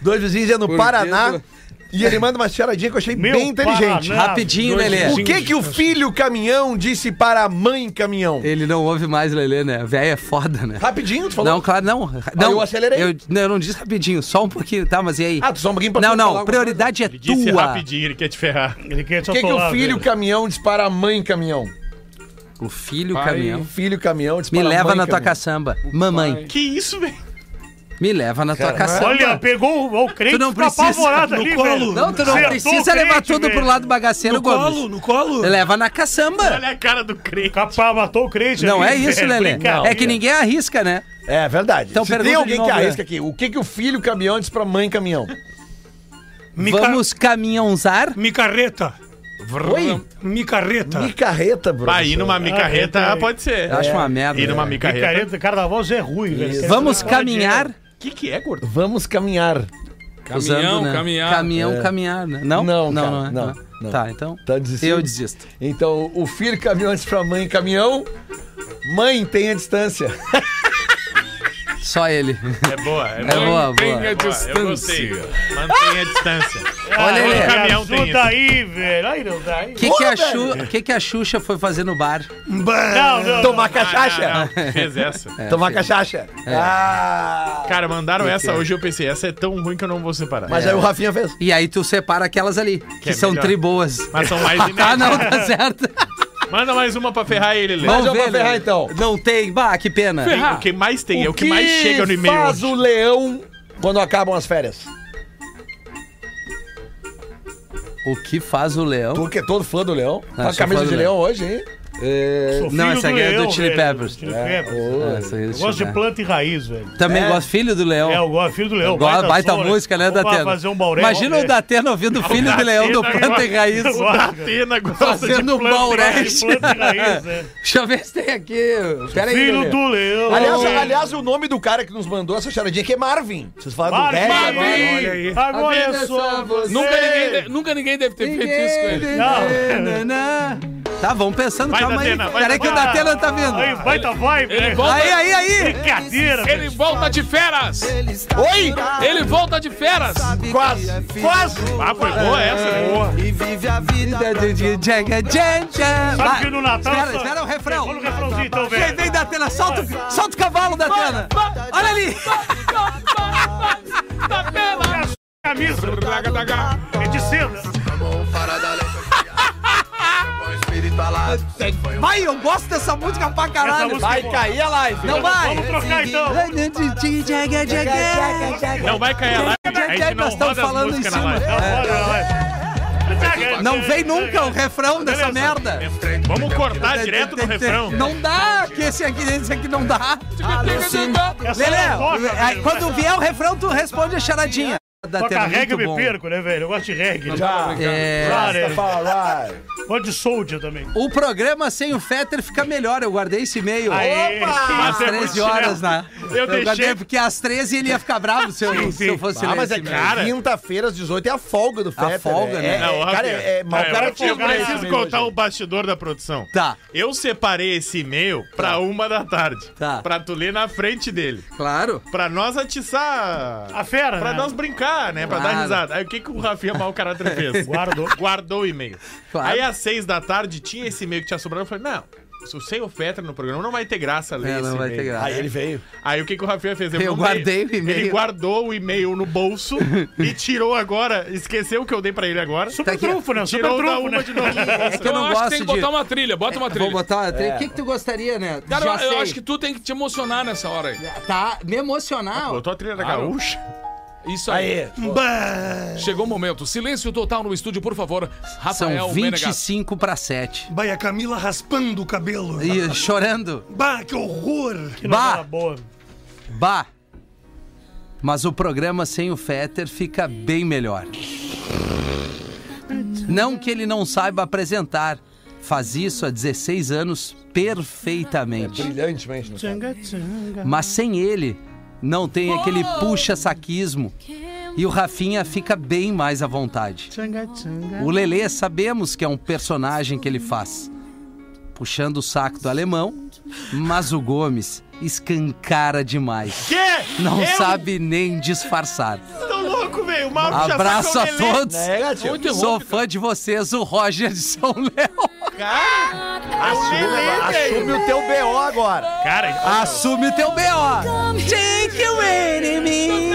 Dois Vizinhos é no Por Paraná. dentro. E ele manda uma charadinha que eu achei Meu bem inteligente. Paraná. Rapidinho, dois Lelê. O que que o filho caminhão disse para a mãe caminhão? Ele não ouve mais Lelê, né? Véia é foda, né? Rapidinho, tu Ah, falou? Não, claro, não. não eu acelerei. Eu, não, eu não disse rapidinho, só um pouquinho, tá? Mas e aí? Ah, tu só um pouquinho pra Não, tu falar não, alguma prioridade é Ele disse tua. rapidinho, ele quer te ferrar. Ele quer te O que, que o atolar, filho é. velho. caminhão diz para a mãe caminhão? O filho Pai, O caminhão. filho caminhão diz Me para a leva mãe na tua caminhão. caçamba. Mamãe, Que isso, velho? me leva na tua caçamba. Olha, pegou o, o crente Tu não e ficou precisa- apavorado no ali, colo. velho. Não, tu não Acertou o precisa crente, levar tudo velho. pro lado bagaceiro, No colo, Gomes. no colo. Leva na caçamba. É Olha a cara do crente. Capaz, matou o crente. Não ali, é isso, velho, Lelê. brincadeira. É que ninguém arrisca, né? É verdade. Então Se tem pergunta de alguém novo, que né? arrisca aqui, o que que o filho caminhão diz para a mãe caminhão? Me, ca- Vamos caminhãozar? me carreta. Oi? Me carreta. Que carreta, bro. Vai ir numa micarreta, Ah, pode ser. Eu acho É, uma merda. Ir numa velho. micarreta. Micareta, carnaval Zé Rui, é velho. Vamos caminhar? O que, que é, gordo? Vamos caminhar. Caminhão, né? caminhar. Caminhão, É. caminhar, né? Não? Não, não, cara, não, é, não, é. não. Tá, então. Tá desistindo? Eu desisto. Então, o filho caminhou antes pra mãe caminhão. Mãe, tem a distância. Só ele. É boa, é É boa. boa, Mantenha boa. a Eu gostei. distância. Mantenha a distância. Olha o ele. caminhão tem Ajuda isso. aí, velho. Aí não dá, aí. O que, que, a Xu- que que a Xuxa foi fazer no bar? Não, não. Tomar É Ah, cachaça. É. não, não, fez essa. Tomar cachaça. Ah. Cara, mandaram essa hoje eu pensei, essa é tão ruim que eu não vou separar. Mas É. é- aí o Rafinha fez. E aí tu separa aquelas ali, que, é são melhor. triboas. Mas são mais de Ah, não, tá certo. Manda mais uma pra ferrar ele, Lê. Mas Vamos eu vou ver, ferrar né? então. Não tem, bah, que pena. Tem- o que mais tem, é o que, mais chega no e-mail. faz hoje. o leão quando acabam as férias? O que faz o leão? Tu que é todo fã do leão. Ah, Tá com a sou camisa fã do de leão hoje, hein? É, Sou Não, filho essa aqui é do leão, Chili velho. Peppers. Chili É, Peppers. Ah, isso aí, deixa Eu gosto eu de ver. planta e raiz, velho. Também É. gosto, filho do leão. É, eu gosto, filho do leão. Gosto, baita som, música, né, Vamos Datena? fazer um bauré. Imagina o Datena ouvindo Filho Então, do Leão do Planta e Raiz. Atena gosta Fazendo é planta e bauré. raiz, planta e raiz, né? Deixa eu ver se tem aqui. Pera aí. Filho Lelê. do leão. Aliás, aliás, o nome do cara que nos mandou essa charadinha aqui é Marvin. Vocês falam Marvin, do Marvin. olha aí. Agora A vida é só você. Nunca ninguém, de- nunca ninguém deve ter feito isso com ele. Não. Tá, vamos pensando, Vai, calma aí. Datena, vai, Peraí que o Datena tá vindo. Aí, baita vibe, Ele né? volta- Aí, aí, aí. Brincadeira, Ele velho. volta de feras! Oi! Ele volta de feras! Quase! Quase! Ah, foi boa essa, né? Sabe que no Natal... Espera, só- espera o refrão. Vamos no refrãozinho, então, Vem, velho. vem, Datena, solta, o- solta o cavalo, Datena. Olha ali. Camisa. É de seda. Vai, eu gosto dessa música pra caralho. música é Vai boa. cair a live. Não vai. Vamos trocar, então. Não vai cair lá. A gente não é Nós estamos roda as falando em músicas na cima. live. Não, bora, vai. Não vem nunca o refrão dessa Beleza. merda. Vamos cortar direto no refrão. Não dá, que esse aqui, esse aqui não dá. Essa Lelé, não toca, aí velho. quando vier o refrão, tu responde a charadinha. Da Toca Atena, reggae, eu muito bom. me perco, né, velho? Eu gosto de reggae. Já. É, Claro, é. Fala, Gosto de soldier também. o programa sem o Fetter fica melhor. Eu guardei esse e-mail. Aê, Às mas é 13 muito horas, chinelo. né? Eu deixei- guardei porque às 13 ele ia ficar bravo se eu, Sim, se eu sim. fosse Ah, ler mas esse é e-mail. cara. Quinta-feira às 18 é a folga do Fetter. folga, é, né? É, Não, cara, Rafinha. é, é mau Tá, Ah, eu- caratismo Eu preciso esse e-mail, contar gente. o bastidor da produção. Tá. Eu separei esse e-mail pra uma da tarde. Tá. Pra tu ler na frente dele. Claro. Pra nós atiçar. A fera, Pra né? um nós brincar, né? Pra Claro. dar risada. Aí o que, que o Rafinha mau caráter fez? Guardou. Guardou o e-mail. Claro. Aí às seis da tarde tinha esse e-mail que tinha sobrado. Eu falei, não, se o sem oferta no programa não vai ter graça ler É, esse não vai ter e-mail. graça. Aí ele veio. Aí o que, que o Rafinha fez? Eu mandei. guardei o e-mail. Ele guardou o e-mail no bolso e tirou agora. Esqueceu o que eu dei pra ele agora. Super Tá aqui. trunfo, né? Super Tirou da trunfo, uma né? de novo. É que eu não acho que gosto tem que de... É, botar uma trilha, bota uma trilha. Vou botar uma trilha. O que, que tu gostaria, né? Cara, Já eu- eu, sei. acho que tá tu tem que te emocionar nessa hora aí. Tá, me Ah, emocionar. Botou a trilha da Claro. gaúcha. Isso aí. É, Chegou o momento. Silêncio total no estúdio, por favor. Rafael São Menegas. 25 para 7. Vai a Camila raspando o cabelo. E chorando. Bah, que horror. Que novela Bah. boa. Bah! Mas o programa sem o Fetter fica bem melhor. Não que ele não saiba apresentar. Faz isso há 16 anos perfeitamente. Brilhantemente. né? Mas sem ele, não tem aquele puxa-saquismo. E o Rafinha fica bem mais à vontade. O Lelê sabemos que é um personagem que ele faz. Puxando o saco do alemão, mas o Gomes escancara demais. Quê? Não Eu? sabe nem disfarçar. Tô louco, velho. O Mauro já Abraço sacou a o Lelê. todos. Negativo. Muito Sou ruim. fã de vocês, o Roger de São Léo. Assume, assume o teu BO agora. Ah, Cara, ah, Assume o teu B.O. Take away de mim.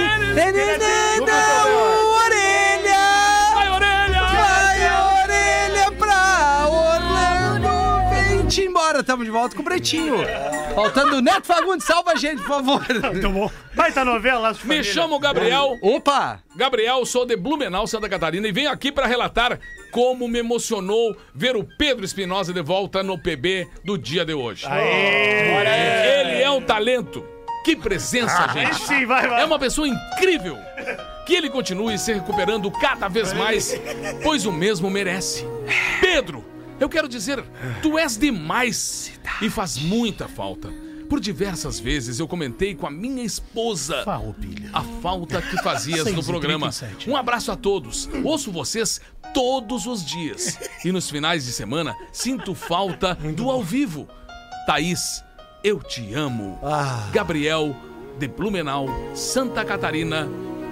Orelha. Vai, orelha! Vai, orelha pra Orlando. Vem-te embora. Tamo de volta com o Pretinho. Faltando o Neto Fagundes. Salva a gente, por favor. muito bom. Baita novela. Laço de Me Família. chamo Gabriel. Opa. Gabriel, sou de Blumenau, Santa Catarina, e venho aqui para relatar como me emocionou ver o Pedro Espinosa de volta no PB do dia de hoje. Ele é um talento. Que presença, gente. Sim, vai, vai. É uma pessoa É incrível. que ele continue se recuperando cada vez mais, pois o mesmo merece. Pedro, eu quero dizer, tu és demais e faz muita falta. Por diversas vezes eu comentei com a minha esposa a falta que fazias no programa. Um abraço a todos. Ouço vocês todos os dias. E nos finais de semana sinto falta do ao vivo. Thaís, eu te amo. Gabriel, de Blumenau, Santa Catarina,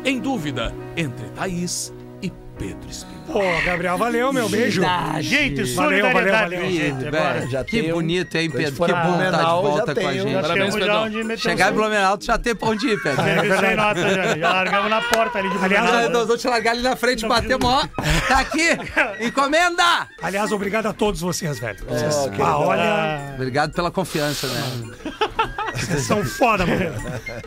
em dúvida entre Thaís e Pedro Espírito. Pô, Gabriel, valeu, meu beijo. Gente, Valeu, valeu, solidariedade, valeu. meu gente. Agora. já que tem um- bonito, hein, Desde Pedro? Que bom fora tá de Blumenau, volta já com a tem um- Já gente. Parabéns, chegamos já Pedão. onde meteu Chegar em o- Blumenau, é tu já tem pra onde ir, Pedro. É. Teve sem nota já. Já largamos na porta ali de Aliás, Blumenau. Ah, Nós vamos te largar ali na frente, bater mó. Tá aqui, encomenda! Aliás, obrigado a todos vocês, velho. É, Vocês, Ó, querido, ah, olha, Obrigado pela confiança, né? vocês são foda, mano.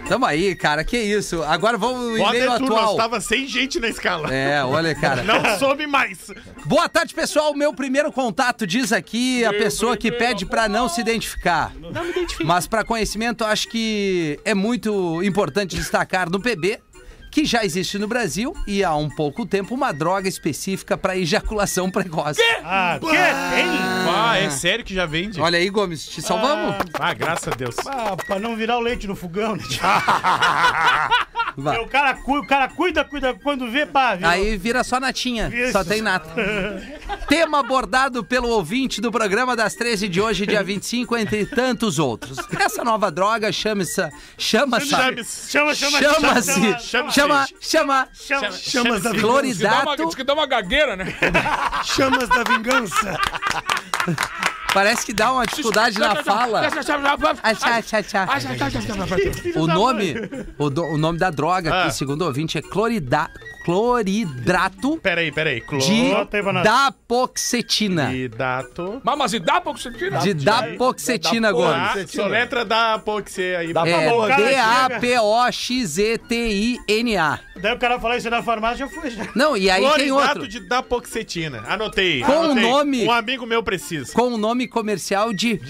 Tamo aí, cara, que isso. Agora vamos ao Roda e-mail é tu, nós atual. tava sem gente na escala. É, olha, cara. Não soube mais. Boa tarde, pessoal. Meu primeiro contato diz aqui a pessoa que pede pra não se identificar. Não me identifique. Mas pra conhecimento, eu acho que é muito importante destacar no PB que já existe no Brasil e há um pouco tempo uma droga específica pra ejaculação precoce. Ah, que tem? Ah, é sério que já vende? Olha aí, Gomes, te salvamos. Ah, graças a Deus. Ah, pra não virar o leite no fogão, né? Vai. o, cara, cu- o cara cuida, cuida, quando vê, pá, viu? Aí vira só natinha, Isso. só tem nata. Tema abordado pelo ouvinte do programa das 13 de hoje, dia 25, entre tantos outros. Essa nova droga chama-se. Chama-se. Chama, chama, tá. Chama-se. chama, Chama, chama. chama, Chamas Diz que da, vingança. dá uma- Cloridato. diz que dá uma gagueira, né? chamas da vingança. Parece que dá uma dificuldade na fala. Ah, tchá, tchá, tchá. O nome, o, do- o nome da droga, que segundo o ouvinte, é clorida, cloridrato Peraí, peraí. de Bota aí pra nós. dapoxetina. Cloridato. Mas, mas e dá pra né? você tira? De dapoxetina, Gomes. Ah, soletra da Poxê aí. Dá pra É boa, cara, D-A-P-O-X-E-T-I-N-A. Daí o cara falar isso na farmácia, já foi, já. Não, e aí tem outro. Cloridato de Dapoxetina. Anotei. Com o anotei. nome- Um amigo meu precisa. Com o nome comercial de,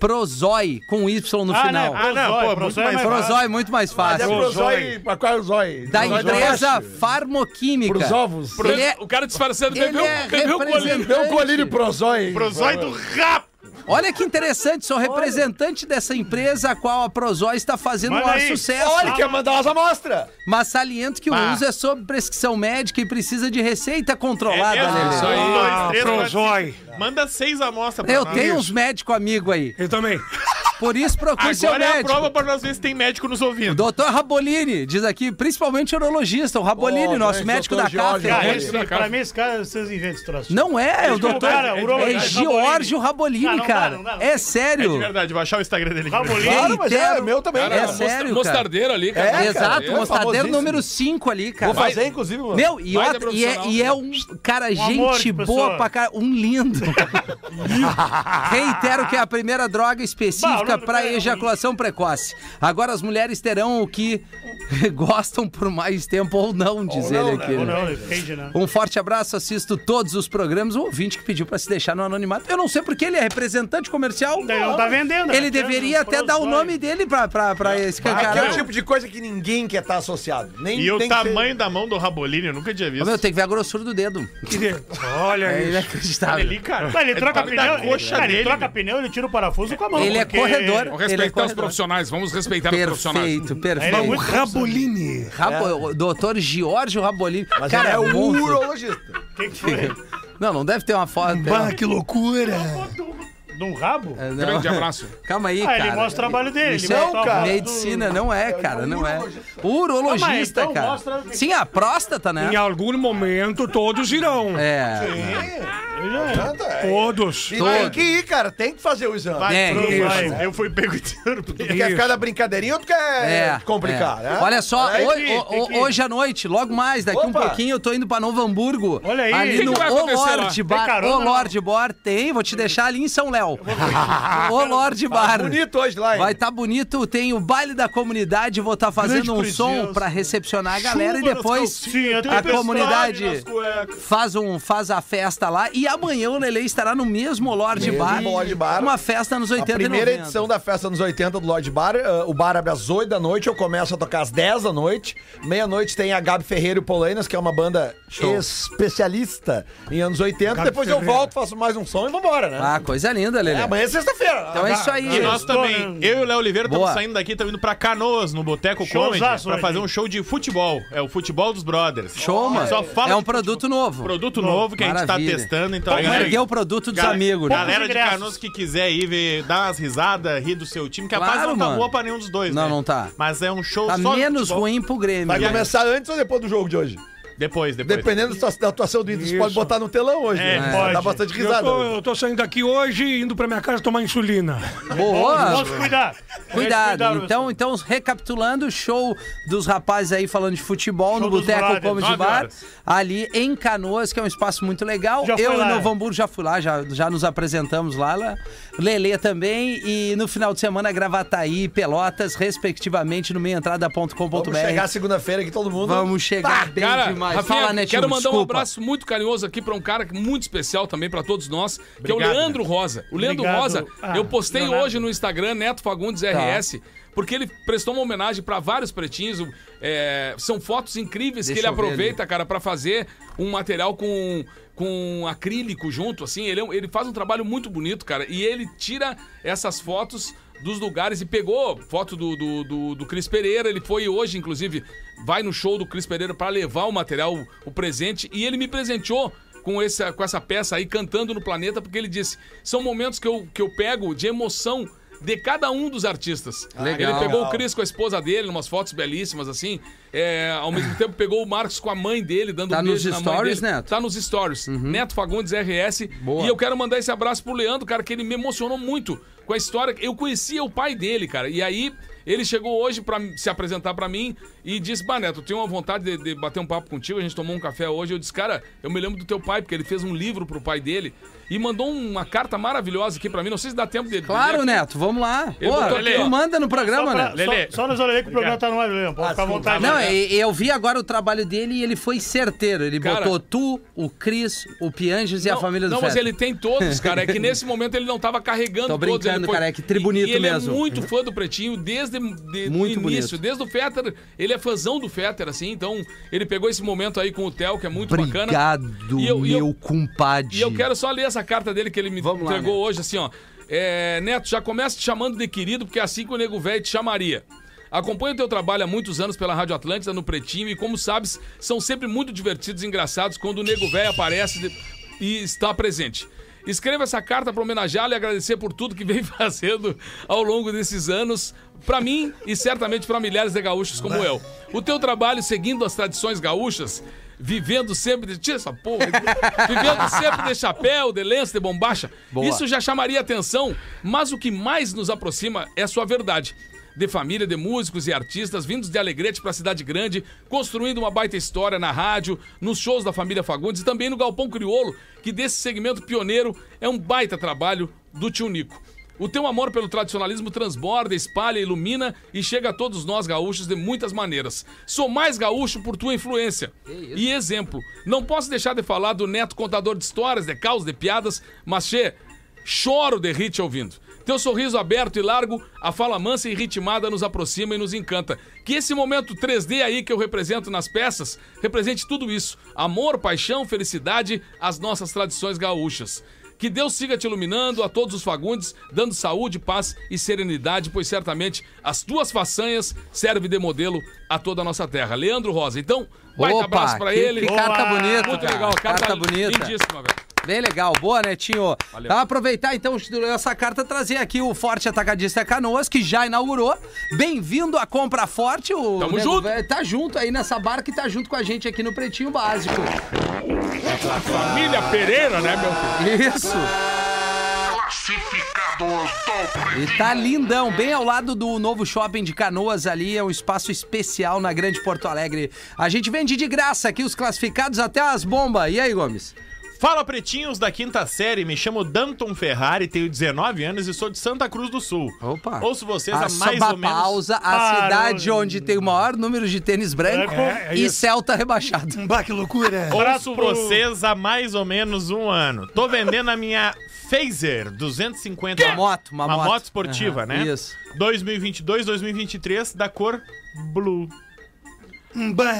Prozoi, com Y no Ah, final. né? Ah, não, pô, muito mais fácil. Prozoi, é muito mais fácil. Prozoi, mas qual é o zói? assim, da Prozoi do empresa Oeste? Farmoquímica. Pros ovos. Ele é, O cara disfarçando, ele bebeu, é bebeu o colírio. Deu um colírio representante. prozoi. Prozói do rap. Olha que interessante, sou representante dessa empresa a qual a Prozoi está fazendo o Manda maior aí. sucesso. Olha, quer mandar umas amostras. Mas saliento que o uso é sob prescrição médica e precisa de receita controlada, É mesmo? Lelê. Isso aí. Um, dois, três, quatro, Prozói. cinco. Manda seis amostras pra Eu nós. tenho um uns médicos amigos aí. Eu também. Por isso procure seu Agora é a médico. prova pra nós ver se tem médico nos ouvindo. Doutor Rabolini, diz aqui, principalmente urologista, o Rabolini, Ô, nosso grande médico da doutor Jorge Cara, é é CAF. Rabolini. é esse, pra mim, esse cara, vocês inventam esse troço. né? Não é, é o Desculpa, doutor. cara, é urologista, Giorgio Rabolini, Não, não dá, cara. não dá, não dá. É É de sério. verdade, vou achar o Instagram dele. aqui. Rabolini. Claro, mas é, Reitero- é meu também. Cara, né? é sério, cara. Mostardeiro ali, cara. É, Exato, cara, mostardeiro famosíssimo. número 5 ali, cara. Vou fazer, inclusive, mano. Meu, e, Vai outra- da e, é, profissional. e é um, cara, amor gente de boa pessoa. pra cara, um lindo. Reitero que é a primeira droga Bah, o específica nome do pra cara é ejaculação precoce. Agora as mulheres terão o que gostam por mais tempo ou não, diz ele aqui. Ou né? não, depende, né? Um forte abraço, assisto todos os programas. O ouvinte que pediu pra se deixar no anonimato. Eu não sei porque ele é representante comercial. Daí não tá vendendo, né? Ele deveria até dar o nome dele pra, pra, pra Aqui é o escancarar. tipo de coisa que ninguém quer estar associado. Nem E o tem que ser- tamanho da mão do Rabolini, eu nunca tinha Ô, visto. Meu, tem que ver a grossura do dedo. Que de- Olha É aí. Olha inacreditável. ali, cara. Mas ele É troca do tamanho pneu, da ele, coxa cara, ele dele, troca meu. pneu, ele tira o parafuso com a mão. Ele é porque- corredor. Vamos Ele é respeitar os corredor. profissionais, vamos respeitar os profissionais. Perfeito, perfeito. um Ele é O muito Rabolini. É. Rabo, o Doutor Giorgio Rabolini. Mas cara, um ele é o monstro. urologista. Que que foi? Não, não deve ter uma foto. tem Bah, uma- que loucura. De um rabo? É, não. Grande abraço. Calma aí, Ah, cara. ele mostra o trabalho dele. Isso ele é mostra a foto do- medicina, não é, cara, não é. Ah, mas Urologista, então cara. mostra- Sim, a próstata, né? Em algum momento todos irão. É. Todos. é. E Todo. tem que ir, cara. Tem que fazer o exame. Vai, É, Bruno, isso. vai. Eu fui pego de surpresa. Tu quer ficar na brincadeirinha ou tu quer É, complicar, é. né? Olha só, Tem ho- que- ho- tem que- hoje à noite, logo mais, daqui um Opa! pouquinho, eu tô indo pra Novo Hamburgo. Olha aí. ali Que que no vai O acontecer lá? Lorde Tem Bar. carona O lá? Lorde Bar tem, vou te deixar ali em São Léo. o Lorde Bar. Bonito hoje lá, hein? Vai tá bonito, tem o baile da comunidade, vou estar fazendo um som pra recepcionar a galera e depois Sim, eu tenho a pensado. comunidade faz um faz a festa lá e a amanhã o Lele estará no mesmo Lorde Mesmo Bar. Lorde Bar. Uma festa nos 80 a primeira e 90. edição da festa nos 80 do Lodge Bar. ah, o bar abre às 8 da noite, eu começo a tocar às 10 da noite. Meia-noite tem a Gabi Ferreira e o Polainas, que é uma banda especialista em anos 80. Gabi Depois eu Ferreira. volto, faço mais um som e vambora, né? Ah, coisa linda, Lele. É, amanhã é sexta-feira. Então é isso aí. E nós também, eu e o Léo Oliveira estamos Boa. saindo daqui, estamos indo pra Canoas, no Boteco Comedy, Showzaço pra hoje, fazer hein? um show de futebol. É o futebol dos brothers. Show, mano. Só fala é um de produto novo. Produto novo que a gente Maravilha. tá testando, então... a Vamos galera- erguer o produto dos Galera- amigos, né? Galera de Poucos Canoas que quiser ir ver, dar umas risadas, rir do seu time, que a paz Claro, não tá mano. boa pra nenhum dos dois, Não, né? não tá. Mas é um show Tá só de menos futebol. ruim pro Grêmio. Vai né? começar antes ou depois do jogo de hoje? Depois, depois. Dependendo da sua- da atuação do Inter, você pode botar no telão hoje. É, né? pode. Dá bastante Eu risada. tô, hoje. eu tô saindo daqui hoje indo pra minha casa tomar insulina. Boa. Vamos se cuidar. Cuidado. Então, então, recapitulando, show dos rapazes aí falando de futebol Show no dos Boteco brothers, Comedy nove Bar, horas. ali em Canoas, que é um espaço muito legal. Já foi Eu e lá, Novo é. Hamburgo já fui lá, já, já nos apresentamos lá, lá. Lelê também. E no final de semana, Gravataí e Pelotas, respectivamente, no meiaentrada.com.br. Vamos chegar segunda-feira que todo mundo. Vamos chegar bem Cara, demais. Rafinha, Fala, Netinho, quero mandar um desculpa. abraço muito carinhoso aqui pra um cara muito especial também pra todos nós, que é o Obrigado. Leandro Rosa. O Leandro Obrigado. Rosa, Ah, eu postei Leonardo. hoje no Instagram Neto Fagundes Tá. RS, porque ele prestou uma homenagem pra vários pretinhos. é, são fotos incríveis Deixa que ele eu ver aproveita, cara, pra fazer um material com com acrílico junto, assim, ele, é um- ele faz um trabalho muito bonito, cara, e ele tira essas fotos dos lugares e pegou foto do, do, do, do Cris Pereira. Ele foi hoje, inclusive, vai no show do Cris Pereira pra levar o material, o, o presente, e ele me presenteou. Com essa, com essa peça aí cantando no planeta, porque ele disse: são momentos que eu, que eu pego de emoção de cada um dos artistas. legal. Ele pegou o Cris com a esposa dele, umas fotos belíssimas assim. É, ao mesmo tempo, pegou o Marcos com a mãe dele, dando Tá um beijo nos na mãe stories, dele. Neto? Uhum. Tá nos stories. Neto Fagundes RS. E eu quero mandar esse abraço pro Leandro, cara, que ele me emocionou muito com a história. Eu conhecia o pai dele, cara. E aí ele chegou hoje pra se apresentar pra mim e disse: Bah, Neto, eu tenho uma vontade de, de bater um papo contigo. A gente tomou um café hoje. Eu disse: Cara, eu me lembro do teu pai, porque ele fez um livro pro pai dele e mandou uma carta maravilhosa aqui pra mim. Não sei se dá tempo de. de ler Claro, aqui. Neto, vamos lá. Eu Pô, botou aqui, tu ó. manda no Só, programa, pra, Neto. Lelê. só, só nos olhei que o programa tá no ar, Lelê. Pode ficar à vontade. Não, é né? e- eu vi agora o trabalho dele e ele foi certeiro. Ele Cara- botou tu, o Cris, o Pianges e é a Não, família do Não, mas Fetter. ele tem todos, cara. É que nesse momento ele não tava carregando Tô todos. brincando, ele foi- cara, é que tri bonito e, e ele mesmo. é muito fã do Pretinho desde de, Muito do início. bonito. Desde o Fetter, ele é fãzão do Fetter, assim. Então, ele pegou esse momento aí com o Theo, que é muito bacana. Obrigado, E eu- e eu- meu compadre. E eu quero só ler essa carta dele que ele me Vamos lá, entregou Neto. hoje, assim, ó. É, Neto, já começa te chamando de querido, porque é assim que o nego velho te chamaria. Acompanho o teu trabalho há muitos anos pela Rádio Atlântida, no Pretinho, e como sabes, são sempre muito divertidos e engraçados quando o nego velho aparece de- e está presente. Escreva essa carta para homenageá-lo e agradecer por tudo que vem fazendo ao longo desses anos para mim e certamente para milhares de gaúchos como eu. O teu trabalho seguindo as tradições gaúchas, vivendo sempre de tira essa porra, vivendo sempre de chapéu, de lenço, de bombacha. Isso já chamaria atenção, mas o que mais nos aproxima é sua verdade. De família de músicos e artistas vindos de Alegrete para a cidade grande, construindo uma baita história na rádio, nos shows da família Fagundes e também no Galpão Criolo, que desse segmento pioneiro é um baita trabalho do tio Nico. O teu amor pelo tradicionalismo transborda, espalha, ilumina e chega a todos nós gaúchos de muitas maneiras. Sou mais gaúcho por tua influência. E exemplo, não posso deixar de falar do neto contador de histórias, de caos, de piadas, mas che, choro de rir te ouvindo. Teu sorriso aberto e largo, a fala mansa e ritmada nos aproxima e nos encanta. Que esse momento 3D aí que eu represento nas peças represente tudo isso: amor, paixão, felicidade, as nossas tradições gaúchas. Que Deus siga te iluminando, a todos os Fagundes, dando saúde, paz e serenidade, pois certamente as tuas façanhas servem de modelo a toda a nossa terra. Leandro Rosa, então, baita Opa, abraço pra que- ele. que carta Boa! bonita, Muito cara. legal, tá carta, Carta bonita. lindíssima, velho. Bem legal, boa, Netinho. Vamos aproveitar então essa carta trazer aqui o Forte Atacadista Canoas, que já inaugurou. Bem-vindo à Compra Forte. O Tamo Nego junto. Velho Tá junto aí nessa barca e tá junto com a gente aqui no Pretinho Básico. Família Pereira, né, meu filho? Isso. E tá lindão, bem ao lado do novo shopping de Canoas ali, é um espaço especial na Grande Porto Alegre. A gente vende de graça aqui os classificados até as bombas. E aí, Gomes? Fala, pretinhos da quinta série. Me chamo Danton Ferrari, tenho 19 anos e sou de Santa Cruz do Sul. Opa. Ouço vocês A há mais ou menos... Sabapausa, a Parou. cidade onde tem o maior número de tênis branco É, é e isso. Celta rebaixado. Um baque loucura. Ouço Abraço pro- vocês há mais ou menos um ano. Tô vendendo a minha Phaser 250. Uma moto, uma moto. esportiva, Aham, né? isso. 2022, 2023, da cor blue. Um ba-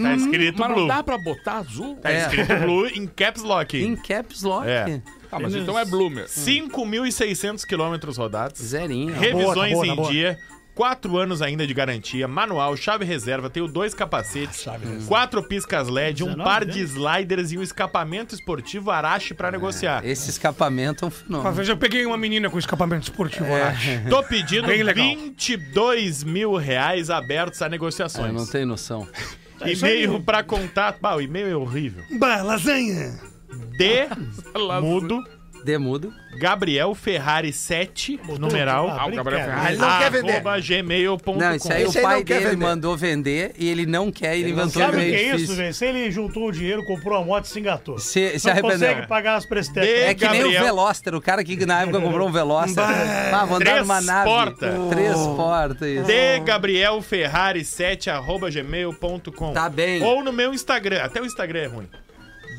Tá escrito Mas não blue. dá pra botar azul? Tá É. escrito blue em caps lock. Em caps lock. É. Tá, mas então é bloomer. 5.600 quilômetros rodados. Zerinho. Revisões Boa, tá boa, em tá boa. dia. Quatro anos ainda de garantia, manual, chave reserva, tenho dois Ah, capacetes, quatro piscas LED, um 19 par de sliders e um escapamento esportivo Arashi pra negociar. Esse escapamento é um Uma fenômeno. vez eu peguei uma menina com escapamento esportivo, eu acho. Tô pedindo Bem legal. 22 mil reais abertos a negociações. Eu Ah, não tenho noção. E-mail pra contato. Ah, o e-mail é horrível. Bah, lasanha. D. Mudo. Demudo. Gabriel Ferrari 7, numeral. Ah, o Gabriel Ferrari. Ele não quer vender. arroba gmail.com. Não, isso aí Esse o aí pai não quer dele vender. mandou vender e ele não quer, ele, inventou um Sabe o meio que é isso, difícil. velho? Se ele juntou o dinheiro, comprou a moto e se engatou. Se- se não arrependeu. consegue pagar as preças De- É técnicas. que nem o Gabriel. Veloster, o cara que na época comprou um Veloster. Ah, vou andar Três numa nave. porta. Três portas. isso. D. Gabriel Ferrari 7, arroba gmail.com. Tá bem. Ou no meu Instagram. Até o Instagram é ruim.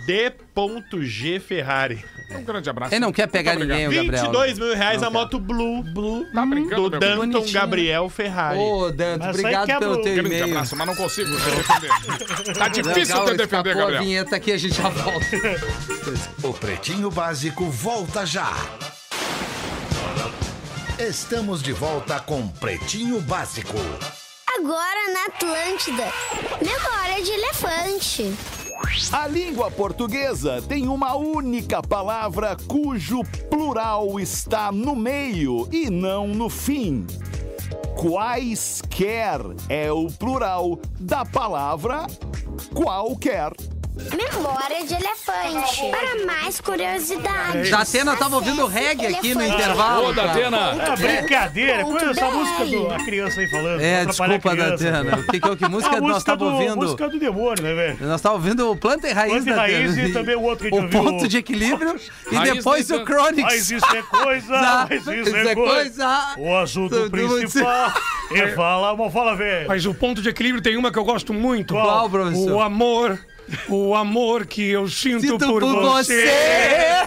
D.G Ferrari. Um grande abraço. Ele não quer pegar Muito ninguém, o Gabriel. né? 22 mil reais Não a quero. moto Blue. Blue. Tá brincando, Do meu. Danton Bonitinho. Gabriel Ferrari. Ô, Danto, Mas obrigado aí quebra pelo o- teu Grande e-mail. abraço, mas não consigo te defender. Tá difícil Legal, te defender, escapou a Gabriel. vinheta aqui, a gente já volta. O Pretinho Básico volta já. Estamos de volta com Pretinho Básico. Agora na Atlântida. Memória de elefante. A língua portuguesa tem uma única palavra cujo plural está no meio e não no fim. Quaisquer é o plural da palavra qualquer. Memória de elefante. Para mais curiosidades. Datena tava ouvindo reggae aqui no intervalo. Ô, Datena. É brincadeira. Qual é essa Ponto música bem. do, a criança aí falando? É, Atrapalhar desculpa, a criança. Datena. O que, que, que música nós a música estávamos do, ouvindo? música do demônio, né, velho? Nós estávamos ouvindo o Planta e Raiz Planta e da Raiz Terra. e também o outro que a O gente ouviu, Ponto o- de Equilíbrio e Raiz depois da o Terra. Mas Chronix. isso é coisa, Tá, mas isso isso é é coisa. coisa. O assunto Tudo principal. E fala, amor, fala, velho. Mas o ponto de equilíbrio tem uma que eu gosto muito. Qual, professor? O amor. O amor que eu sinto, Sinto por, você.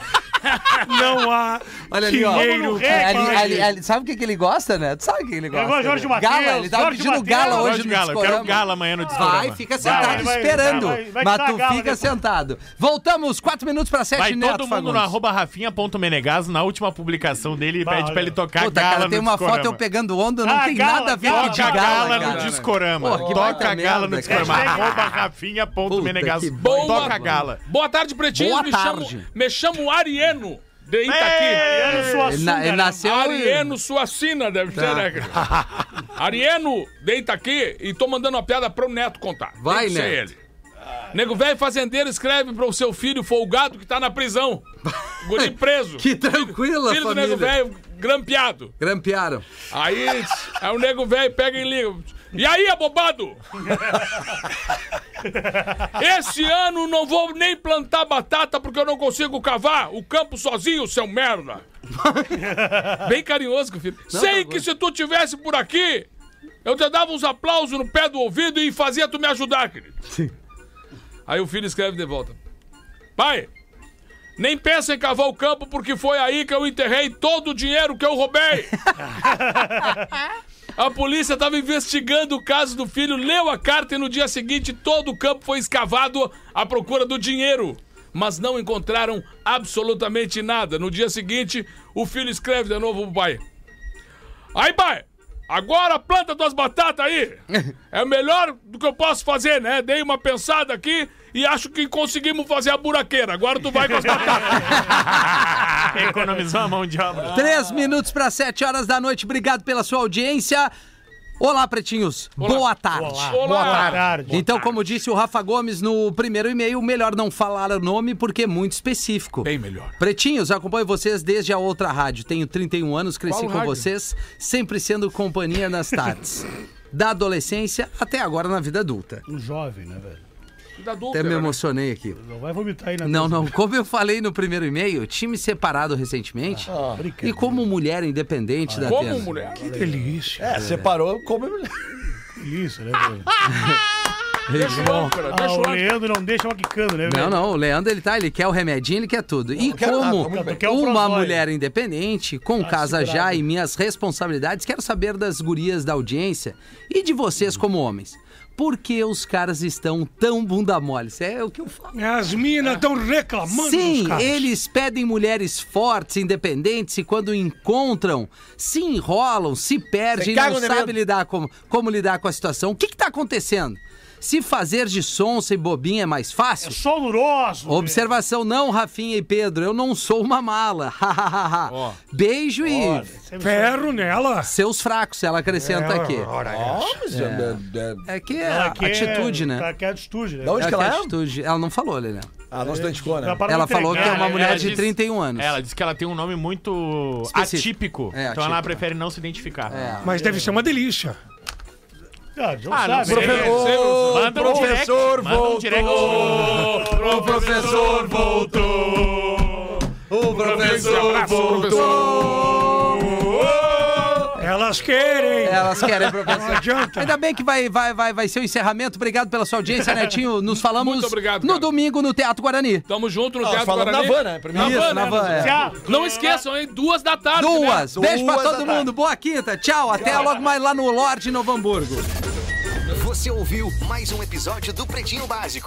Não há Olha ali, ó. dinheiro. É, Ali- mas- ali- ali- sabe o que, que ele gosta, né? Tu sabe o que ele gosta. gosto de É, Jorge né? Mateus, Gala, ele tava Jorge pedindo Mateus, gala Jorge hoje Gosto de no gala. Eu quero Discorama. gala amanhã no Vai, Discorama. fica sentado vai, vai, esperando. vai, vai mas dar tu gala fica depois. sentado. Voltamos, 4 minutos pra 7 Vai Neto todo mundo no Fagundes. arroba rafinha.menegaso na última publicação dele e Bah, pede pra ele tocar Puta, gala cara, no tem uma discorama. foto eu pegando onda, não Ah, tem gala, nada a ver gala, com Toca de gala, gala, cara. no discorama. Porra, que Toca baita gala merda, no discorama. cara. Arroba que rafinha.menegaso. boa- Toca gala. Boa tarde, pretinho. Boa me, tarde. Chamo, me chamo Arieno. De Ei! Itaqui. Era sua Ele, na- sunga, ele né? nasceu... Arieno Suacina, deve ser, né? Tá. cara? Arieno, deita aqui e tô mandando uma piada pro Neto contar. Tem Vai, que ser Neto. ele. Nego velho fazendeiro escreve pro seu filho folgado que tá na prisão. Guri preso. Que tranquila, filho do nego família. velho grampeado. Grampearam. Aí, aí o nego velho pega e liga. E aí, abobado? Esse ano não vou nem plantar batata porque eu não consigo cavar o campo sozinho, seu merda. Bem carinhoso com o filho. Sei tá que se tu tivesse por aqui, eu te dava uns aplausos no pé do ouvido e fazia tu me ajudar, querido. Aí o filho escreve de volta. Pai, nem pensa em cavar o campo porque foi aí que eu enterrei todo o dinheiro que eu roubei. A polícia estava investigando o caso do filho, leu a carta e no dia seguinte todo o campo foi escavado à procura do dinheiro. Mas não encontraram absolutamente nada. No dia seguinte, o filho escreve de novo pro pai. Aí, pai, agora planta tuas batatas aí. É o melhor do que eu posso fazer, né? Dei uma pensada aqui e acho que conseguimos fazer a buraqueira. Agora tu vai com as batatas. Economizou a mão de obra. Três minutos para sete horas da noite. Obrigado pela sua audiência. Olá, pretinhos. Boa tarde. Boa Olá. tarde. Então, como disse o Rafa Gomes no primeiro e-mail, melhor não falar o nome porque é muito específico. Bem melhor. Pretinhos, acompanho vocês desde a outra rádio. Tenho 31 anos, cresci Qual com rádio? vocês, sempre sendo companhia nas tardes. da adolescência até agora na vida adulta. Um jovem, né, velho? Cuidador, Até me emocionei aqui. Não vai vomitar aí na Não, mesa. não. Como eu falei no primeiro e-mail, time separado recentemente. e como mulher independente da Ah, Como Atena. mulher? Que delícia. É, separou como. É. Isso, né, velho? Deixa o Tá âncora, Ah, deixa o o âncora. Leandro não deixa ela quicando, né, velho? Não, não. O Leandro, ele tá, ele quer o remedinho, ele quer tudo. E quero Tá nada, como muito bem. Tu quer um uma Provói. mulher independente, com casa já e minhas responsabilidades, quero saber das gurias da audiência e de vocês como homens. Por que os caras estão tão bunda mole? Isso é o que eu falo. As minas estão reclamando dos Sim, caras. eles pedem mulheres fortes, independentes, e quando encontram, se enrolam, se Se perdem, e cagam não de medo. sabem lidar como, como lidar com a situação. O que está acontecendo? Se fazer de sonsa e bobinha é mais fácil? Só louroso. Observação não, Rafinha e Pedro, eu não sou uma mala. Beijo e Ferro nela. seus fracos, ela acrescenta Ela- aqui. Ora, É que é Ela a quer- atitude, né? Ela quer atitude, né? Da onde É que que ela a é? atitude. Ela não falou, Lelê. Ah, não se identificou, né? Pra não Ela falou que é entregar, uma né? mulher Ela de diz- 31 anos. Ela disse que ela tem um nome muito Específico. atípico. É, Então ela atípico. prefere não se identificar. É. Mas deve ser uma delícia. Ah, não Ah, não, sabe, né? profe- Ô, Manda um direct. professor Manda um direct. O professor voltou. O professor né? voltou. Elas querem. Elas querem, Não professor. adianta. Ainda bem que vai, vai, vai, vai ser o encerramento. Obrigado pela sua audiência, Netinho. Nos falamos Muito obrigado, no cara. domingo no Teatro Guarani. Tamo junto no Nós Teatro falamos Guarani. na van, né? Primeiro. Na van, na né? van, é. Tchau. Não esqueçam, hein? Duas da tarde. né? Duas. Beijo pra Duas da todo tarde. mundo. Boa quinta. Tchau. Até logo mais lá no Lorde Novo Hamburgo. Você ouviu mais um episódio do Pretinho Básico.